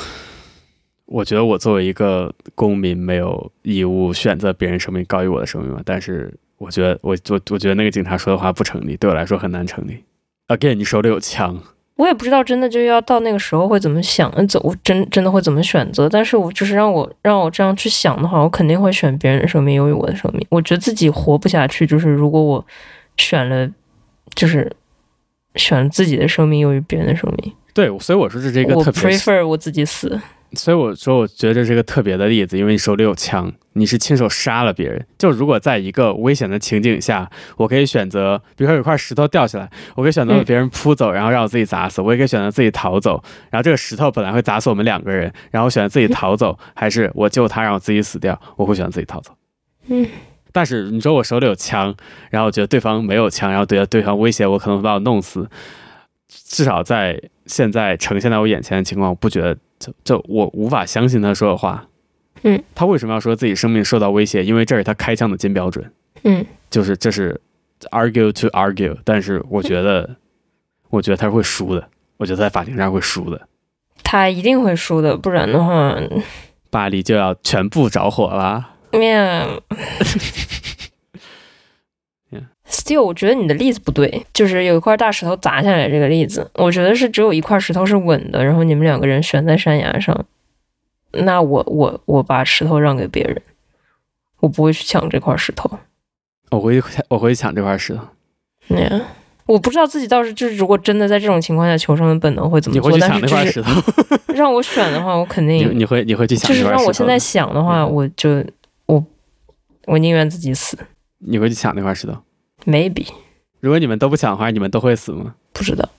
[SPEAKER 2] 我觉得我作为一个公民，没有义务选择别人生命高于我的生命嘛。但是我觉得我我我觉得那个警察说的话不成立，对我来说很难成立。Again，你手里有枪，
[SPEAKER 1] 我也不知道真的就要到那个时候会怎么想，呃怎我真真的会怎么选择。但是我就是让我让我这样去想的话，我肯定会选别人的生命优于我的生命。我觉得自己活不下去，就是如果我选了，就是选了自己的生命优于别人的生命，
[SPEAKER 2] 对，所以我说这是一个
[SPEAKER 1] 我
[SPEAKER 2] 特别
[SPEAKER 1] prefer 我自己死。
[SPEAKER 2] 所以我说，我觉得这是一个特别的例子，因为你手里有枪，你是亲手杀了别人。就如果在一个危险的情景下，我可以选择，比如说有块石头掉下来，我可以选择
[SPEAKER 1] 嗯
[SPEAKER 2] 把别人扑走，然后让我自己砸死；我也可以选择自己逃走。然后这个石头本来会砸死我们两个人，然后我选择自己逃 走，还是我救他让我自己死掉？我会选择自己逃走。
[SPEAKER 1] 嗯，
[SPEAKER 2] 但是你说我手里有枪，然后我觉得对方没有枪，然后觉得对方威胁我，可能会把我弄死。至少在现在呈现在我眼前的情况，我不觉得就就我无法相信他说的话。
[SPEAKER 1] 嗯，
[SPEAKER 2] 他为什么要说自己生命受到威胁？因为这是他开枪的金标准。
[SPEAKER 1] 嗯，
[SPEAKER 2] 就是这是 argue to argue，但是我觉得，我觉得他会输的，我觉得在法庭上会输的。
[SPEAKER 1] 他一定会输的，不然的话，
[SPEAKER 2] 巴黎就要全部着火啦！
[SPEAKER 1] 面
[SPEAKER 2] Yeah.。
[SPEAKER 1] Still，我觉得你的例子不对，就是有一块大石头砸下来这个例子，我觉得是只有一块石头是稳的，然后你们两个人悬在山崖上，那我我我把石头让给别人，我不会去抢这块石头。
[SPEAKER 2] 我回去，我回去抢这块石头。
[SPEAKER 1] Yeah，我不知道自己到时就是如果真的在这种情况下求生的本能会怎么
[SPEAKER 2] 你
[SPEAKER 1] 做
[SPEAKER 2] 回，去
[SPEAKER 1] 但
[SPEAKER 2] 抢
[SPEAKER 1] 是
[SPEAKER 2] 那
[SPEAKER 1] 就
[SPEAKER 2] 块
[SPEAKER 1] 是
[SPEAKER 2] 石头。
[SPEAKER 1] 让嗯我选的话，我肯
[SPEAKER 2] 你
[SPEAKER 1] 定
[SPEAKER 2] 你会你会去抢
[SPEAKER 1] 就
[SPEAKER 2] 那
[SPEAKER 1] 是
[SPEAKER 2] 块
[SPEAKER 1] 让
[SPEAKER 2] 石
[SPEAKER 1] 我
[SPEAKER 2] 头嗯
[SPEAKER 1] 现
[SPEAKER 2] 的
[SPEAKER 1] 在想的话，我就我我宁愿自己死
[SPEAKER 2] 你会去抢那块石头。
[SPEAKER 1] ，maybe
[SPEAKER 2] 如果你们都不抢的话，你们都会死吗？
[SPEAKER 1] 不知道。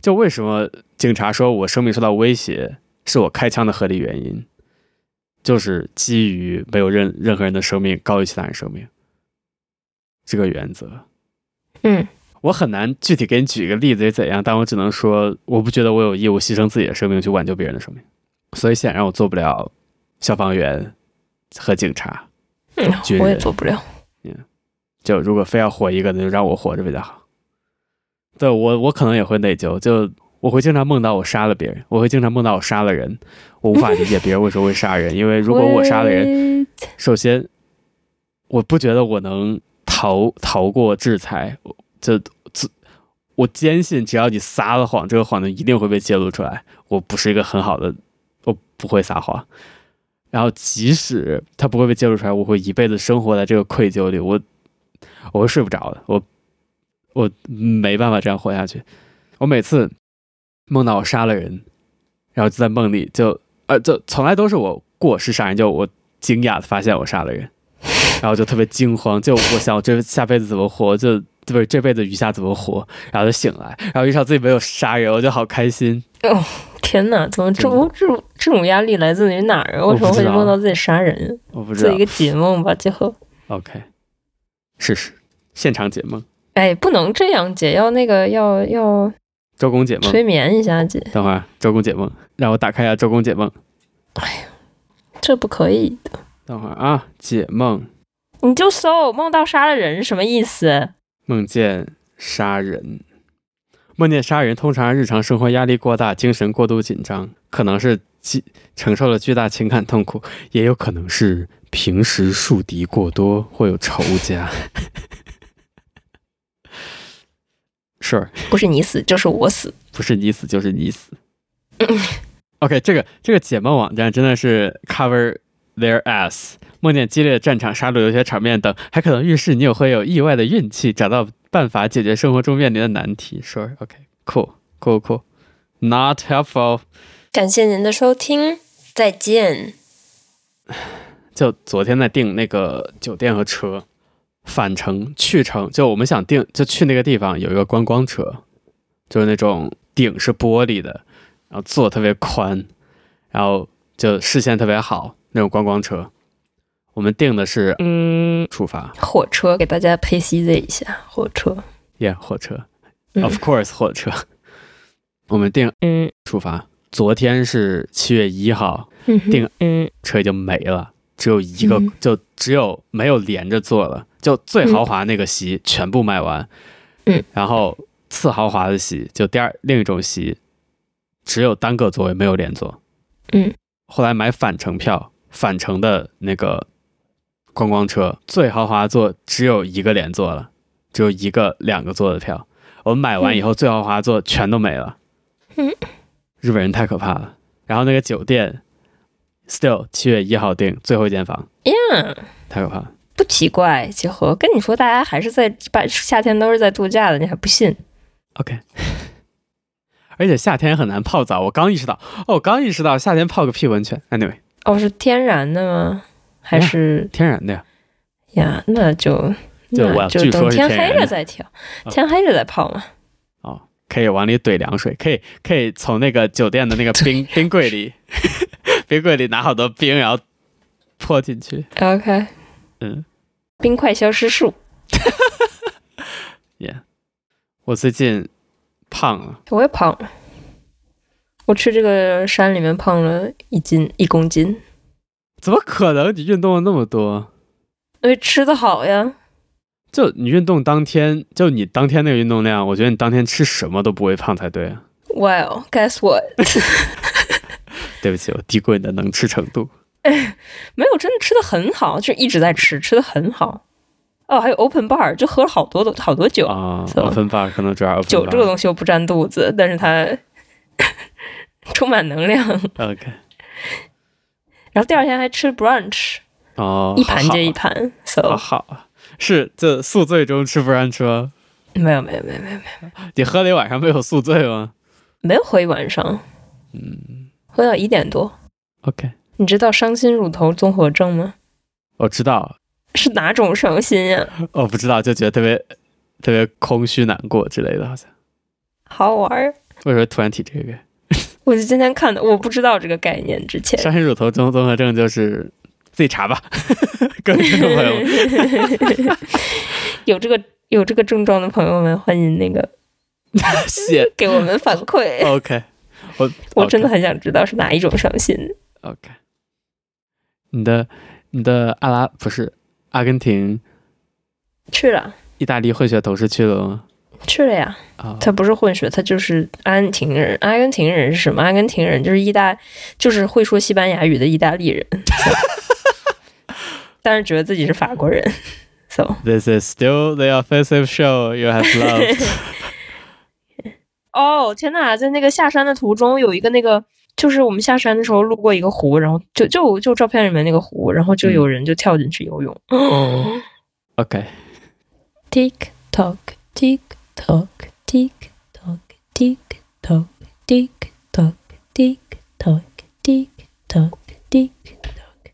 [SPEAKER 2] 就为什么警察说我生命受到威胁，是我开枪的合理原因，就是基于没有任任何人的生命高于其他人生命这个原则。
[SPEAKER 1] 嗯
[SPEAKER 2] 我很难具体给你举一个例子是怎样，但我只能说，我不觉得我有义务牺牲自己的生命去挽救别人的生命，所以显然我做不了消防员和警察。
[SPEAKER 1] 嗯
[SPEAKER 2] 绝，
[SPEAKER 1] 我也
[SPEAKER 2] 人
[SPEAKER 1] 做不了。
[SPEAKER 2] 就如果非要活一个，那就让我活着比较好。对我，我可能也会内疚，就我会经常梦到我杀了别人，我会经常梦到我杀了人，我无法理解别人为什么会杀人，因为如果我杀了人，
[SPEAKER 1] 人，
[SPEAKER 2] 首先，我不觉得我能逃逃过制裁，我这这，我坚信只要你撒了谎，这个谎就一定会被揭露出来。我不是一个很好的，我不会撒谎。然后，即使它不会被揭露出来，我会一辈子生活在这个愧疚里，我我会睡不着的，我我没办法这样活下去。我每次梦到我杀了人，然后就在梦里就呃，就从来都是我过失杀人，就我惊讶的发现我杀了人， 然后就特别惊慌，就我想我这下辈子怎么活，就不是这辈子余下怎么活，然后就醒来，然后遇上自己没有杀人，我就好开心。
[SPEAKER 1] 天哪，怎么这
[SPEAKER 2] 真的
[SPEAKER 1] 种这种这种压力来自于哪儿啊？
[SPEAKER 2] 我
[SPEAKER 1] 为什么
[SPEAKER 2] 不知
[SPEAKER 1] 会
[SPEAKER 2] 道
[SPEAKER 1] 梦到自己杀人？
[SPEAKER 2] 我不知
[SPEAKER 1] 做
[SPEAKER 2] 道
[SPEAKER 1] 一个解梦吧，最后。
[SPEAKER 2] ，OK，试试现场解梦，
[SPEAKER 1] 哎，不能这样解，要那个要要
[SPEAKER 2] 周公解梦。
[SPEAKER 1] 催眠一下解，
[SPEAKER 2] 等会儿周公解梦，让我打开一下周公解梦。
[SPEAKER 1] 这不可以。
[SPEAKER 2] 等会儿啊，解梦
[SPEAKER 1] 你就搜梦到杀了人什么意思？
[SPEAKER 2] 梦见杀人。梦见杀人通常是日常生活压力过大，精神过度紧张，可能是既承受了巨大情感痛苦，也有可能是平时树敌过多或有仇家。 是，
[SPEAKER 1] 不是你死就是我死。
[SPEAKER 2] 不是你死就是你死。OK，这个这个解梦网站真的是 cover their ass。梦见激烈的战场、杀戮、流血场面等，还可能预示你有会有意外的运气，找到办法解决生活中面临的难题。说 OK，cool，cool，cool，not helpful。
[SPEAKER 1] 感谢您的收听，再见。
[SPEAKER 2] 就昨天在订那个酒店和车，返程去程，就我们想订就去那个地方有一个观光车，就是那种顶是玻璃的，然后座特别宽，然后就视线特别好那种观光车。我们订的是
[SPEAKER 1] 嗯，
[SPEAKER 2] 出发，
[SPEAKER 1] 火车给大家 PCZ 一下，火车。
[SPEAKER 2] 耶、火车
[SPEAKER 1] 嗯
[SPEAKER 2] ，of course 火车。我们订
[SPEAKER 1] 嗯
[SPEAKER 2] 出发，昨天是七月一号，
[SPEAKER 1] 嗯哼
[SPEAKER 2] 定
[SPEAKER 1] 嗯
[SPEAKER 2] 车已经没了，只有一个，
[SPEAKER 1] 嗯
[SPEAKER 2] 就只有没有连着坐了，就最豪华那个席全部卖完，
[SPEAKER 1] 嗯，
[SPEAKER 2] 然后次豪华的席就第二另一种席，只有单个座位没有连坐，
[SPEAKER 1] 嗯，
[SPEAKER 2] 后来买返程票，返程的那个观光车最豪华座只有一个连坐了，只有一个两个座的票，我们买完以后最豪华座全都没了，
[SPEAKER 1] 嗯，
[SPEAKER 2] 日本人太可怕了，然后那个酒店。Still，七月一号订最后一间房，
[SPEAKER 1] ，Yeah，
[SPEAKER 2] 太可怕了。
[SPEAKER 1] 不奇怪，几何跟你说，大家还是在把夏天都是在度假的，你还不信？
[SPEAKER 2] OK，而且夏天很难泡澡，我刚意识到，哦，我刚意识到夏天泡个屁温泉，anyway，
[SPEAKER 1] 哦，是天然的吗？还是
[SPEAKER 2] 天然的呀。
[SPEAKER 1] 呀？那就
[SPEAKER 2] 嗯就我
[SPEAKER 1] 那就
[SPEAKER 2] 据
[SPEAKER 1] 等
[SPEAKER 2] 说是
[SPEAKER 1] 天
[SPEAKER 2] 天
[SPEAKER 1] 黑
[SPEAKER 2] 然
[SPEAKER 1] 了
[SPEAKER 2] 的
[SPEAKER 1] 再调，
[SPEAKER 2] 啊
[SPEAKER 1] 天黑了再泡嘛。
[SPEAKER 2] 哦，可以往里怼凉水，可以可以从那个酒店的那个冰冰柜里， 冰柜里拿好多冰，然后泼进去。
[SPEAKER 1] OK，
[SPEAKER 2] 嗯
[SPEAKER 1] 冰块消失术，
[SPEAKER 2] ，Yeah，我最近胖了，
[SPEAKER 1] 我也胖了，我去这个山里面胖了一斤一公斤，
[SPEAKER 2] 怎么可能？你运动了那么多，
[SPEAKER 1] 哎因为吃的好呀。
[SPEAKER 2] 就你运动当天，就你当天那个运动量，我觉得你当天吃什么都不会胖才对啊。
[SPEAKER 1] Well, guess what？
[SPEAKER 2] 对不起，我低估你的能吃程度。
[SPEAKER 1] 没有，真的吃的很好，就一直在吃，吃的很好。哦，还有 open bar，就喝了好多的好多酒。
[SPEAKER 2] 啊、
[SPEAKER 1] So-
[SPEAKER 2] o p e n bar 可能主要 open
[SPEAKER 1] 酒这个
[SPEAKER 2] bar。
[SPEAKER 1] 东西又不占肚子，但是它 充满能量。
[SPEAKER 2] OK，
[SPEAKER 1] 然后第二天还吃 brunch，
[SPEAKER 2] 哦，
[SPEAKER 1] 一盘
[SPEAKER 2] 好
[SPEAKER 1] 接一盘。So、
[SPEAKER 2] 好好啊，是这宿醉中吃不让吃吗？
[SPEAKER 1] 没有没有没有没有
[SPEAKER 2] 你喝了一晚上没有宿醉吗
[SPEAKER 1] 没有喝一晚上，
[SPEAKER 2] 嗯
[SPEAKER 1] 喝到一点多。
[SPEAKER 2] ，OK，
[SPEAKER 1] 你知道伤心乳头综合症吗？
[SPEAKER 2] 我知道，
[SPEAKER 1] 是哪种伤心呀、
[SPEAKER 2] 我哦不知道，就觉得特别特别空虚、难过之类的，好像
[SPEAKER 1] 好玩儿。
[SPEAKER 2] 为什么突然提这个？
[SPEAKER 1] 我是今天看的，我不知道这个概念之前。
[SPEAKER 2] 伤心乳头综综合症就是自己查吧， 各位听众朋友们，
[SPEAKER 1] 有这个有这个症状的朋友们，欢迎那个
[SPEAKER 2] 谢
[SPEAKER 1] 给我们反馈。
[SPEAKER 2] OK，我
[SPEAKER 1] 我真的很想知道是哪一种伤心。
[SPEAKER 2] OK，你的你的阿拉不是阿根廷、
[SPEAKER 1] 去了，
[SPEAKER 2] 意大利混血同事去了吗？
[SPEAKER 1] 去了呀。
[SPEAKER 2] 啊、
[SPEAKER 1] 他不是混血，他就是阿根廷人。阿根廷人是什么？阿根廷人就是意大，就是会说西班牙语的意大利人， 但是觉得自己是法国人。So，
[SPEAKER 2] t h i s is still the offensive show you have loved
[SPEAKER 1] 哦天呐，在那个下山的途中有一个那个，就是我们下山的时候路过一个湖，然后就就就照片里面那个湖，然后就有人就跳进去游泳。哦
[SPEAKER 2] OK，
[SPEAKER 1] Tick tock, tick tock, tick tock, tick tock, tick tock, tick tock, tick tock, tick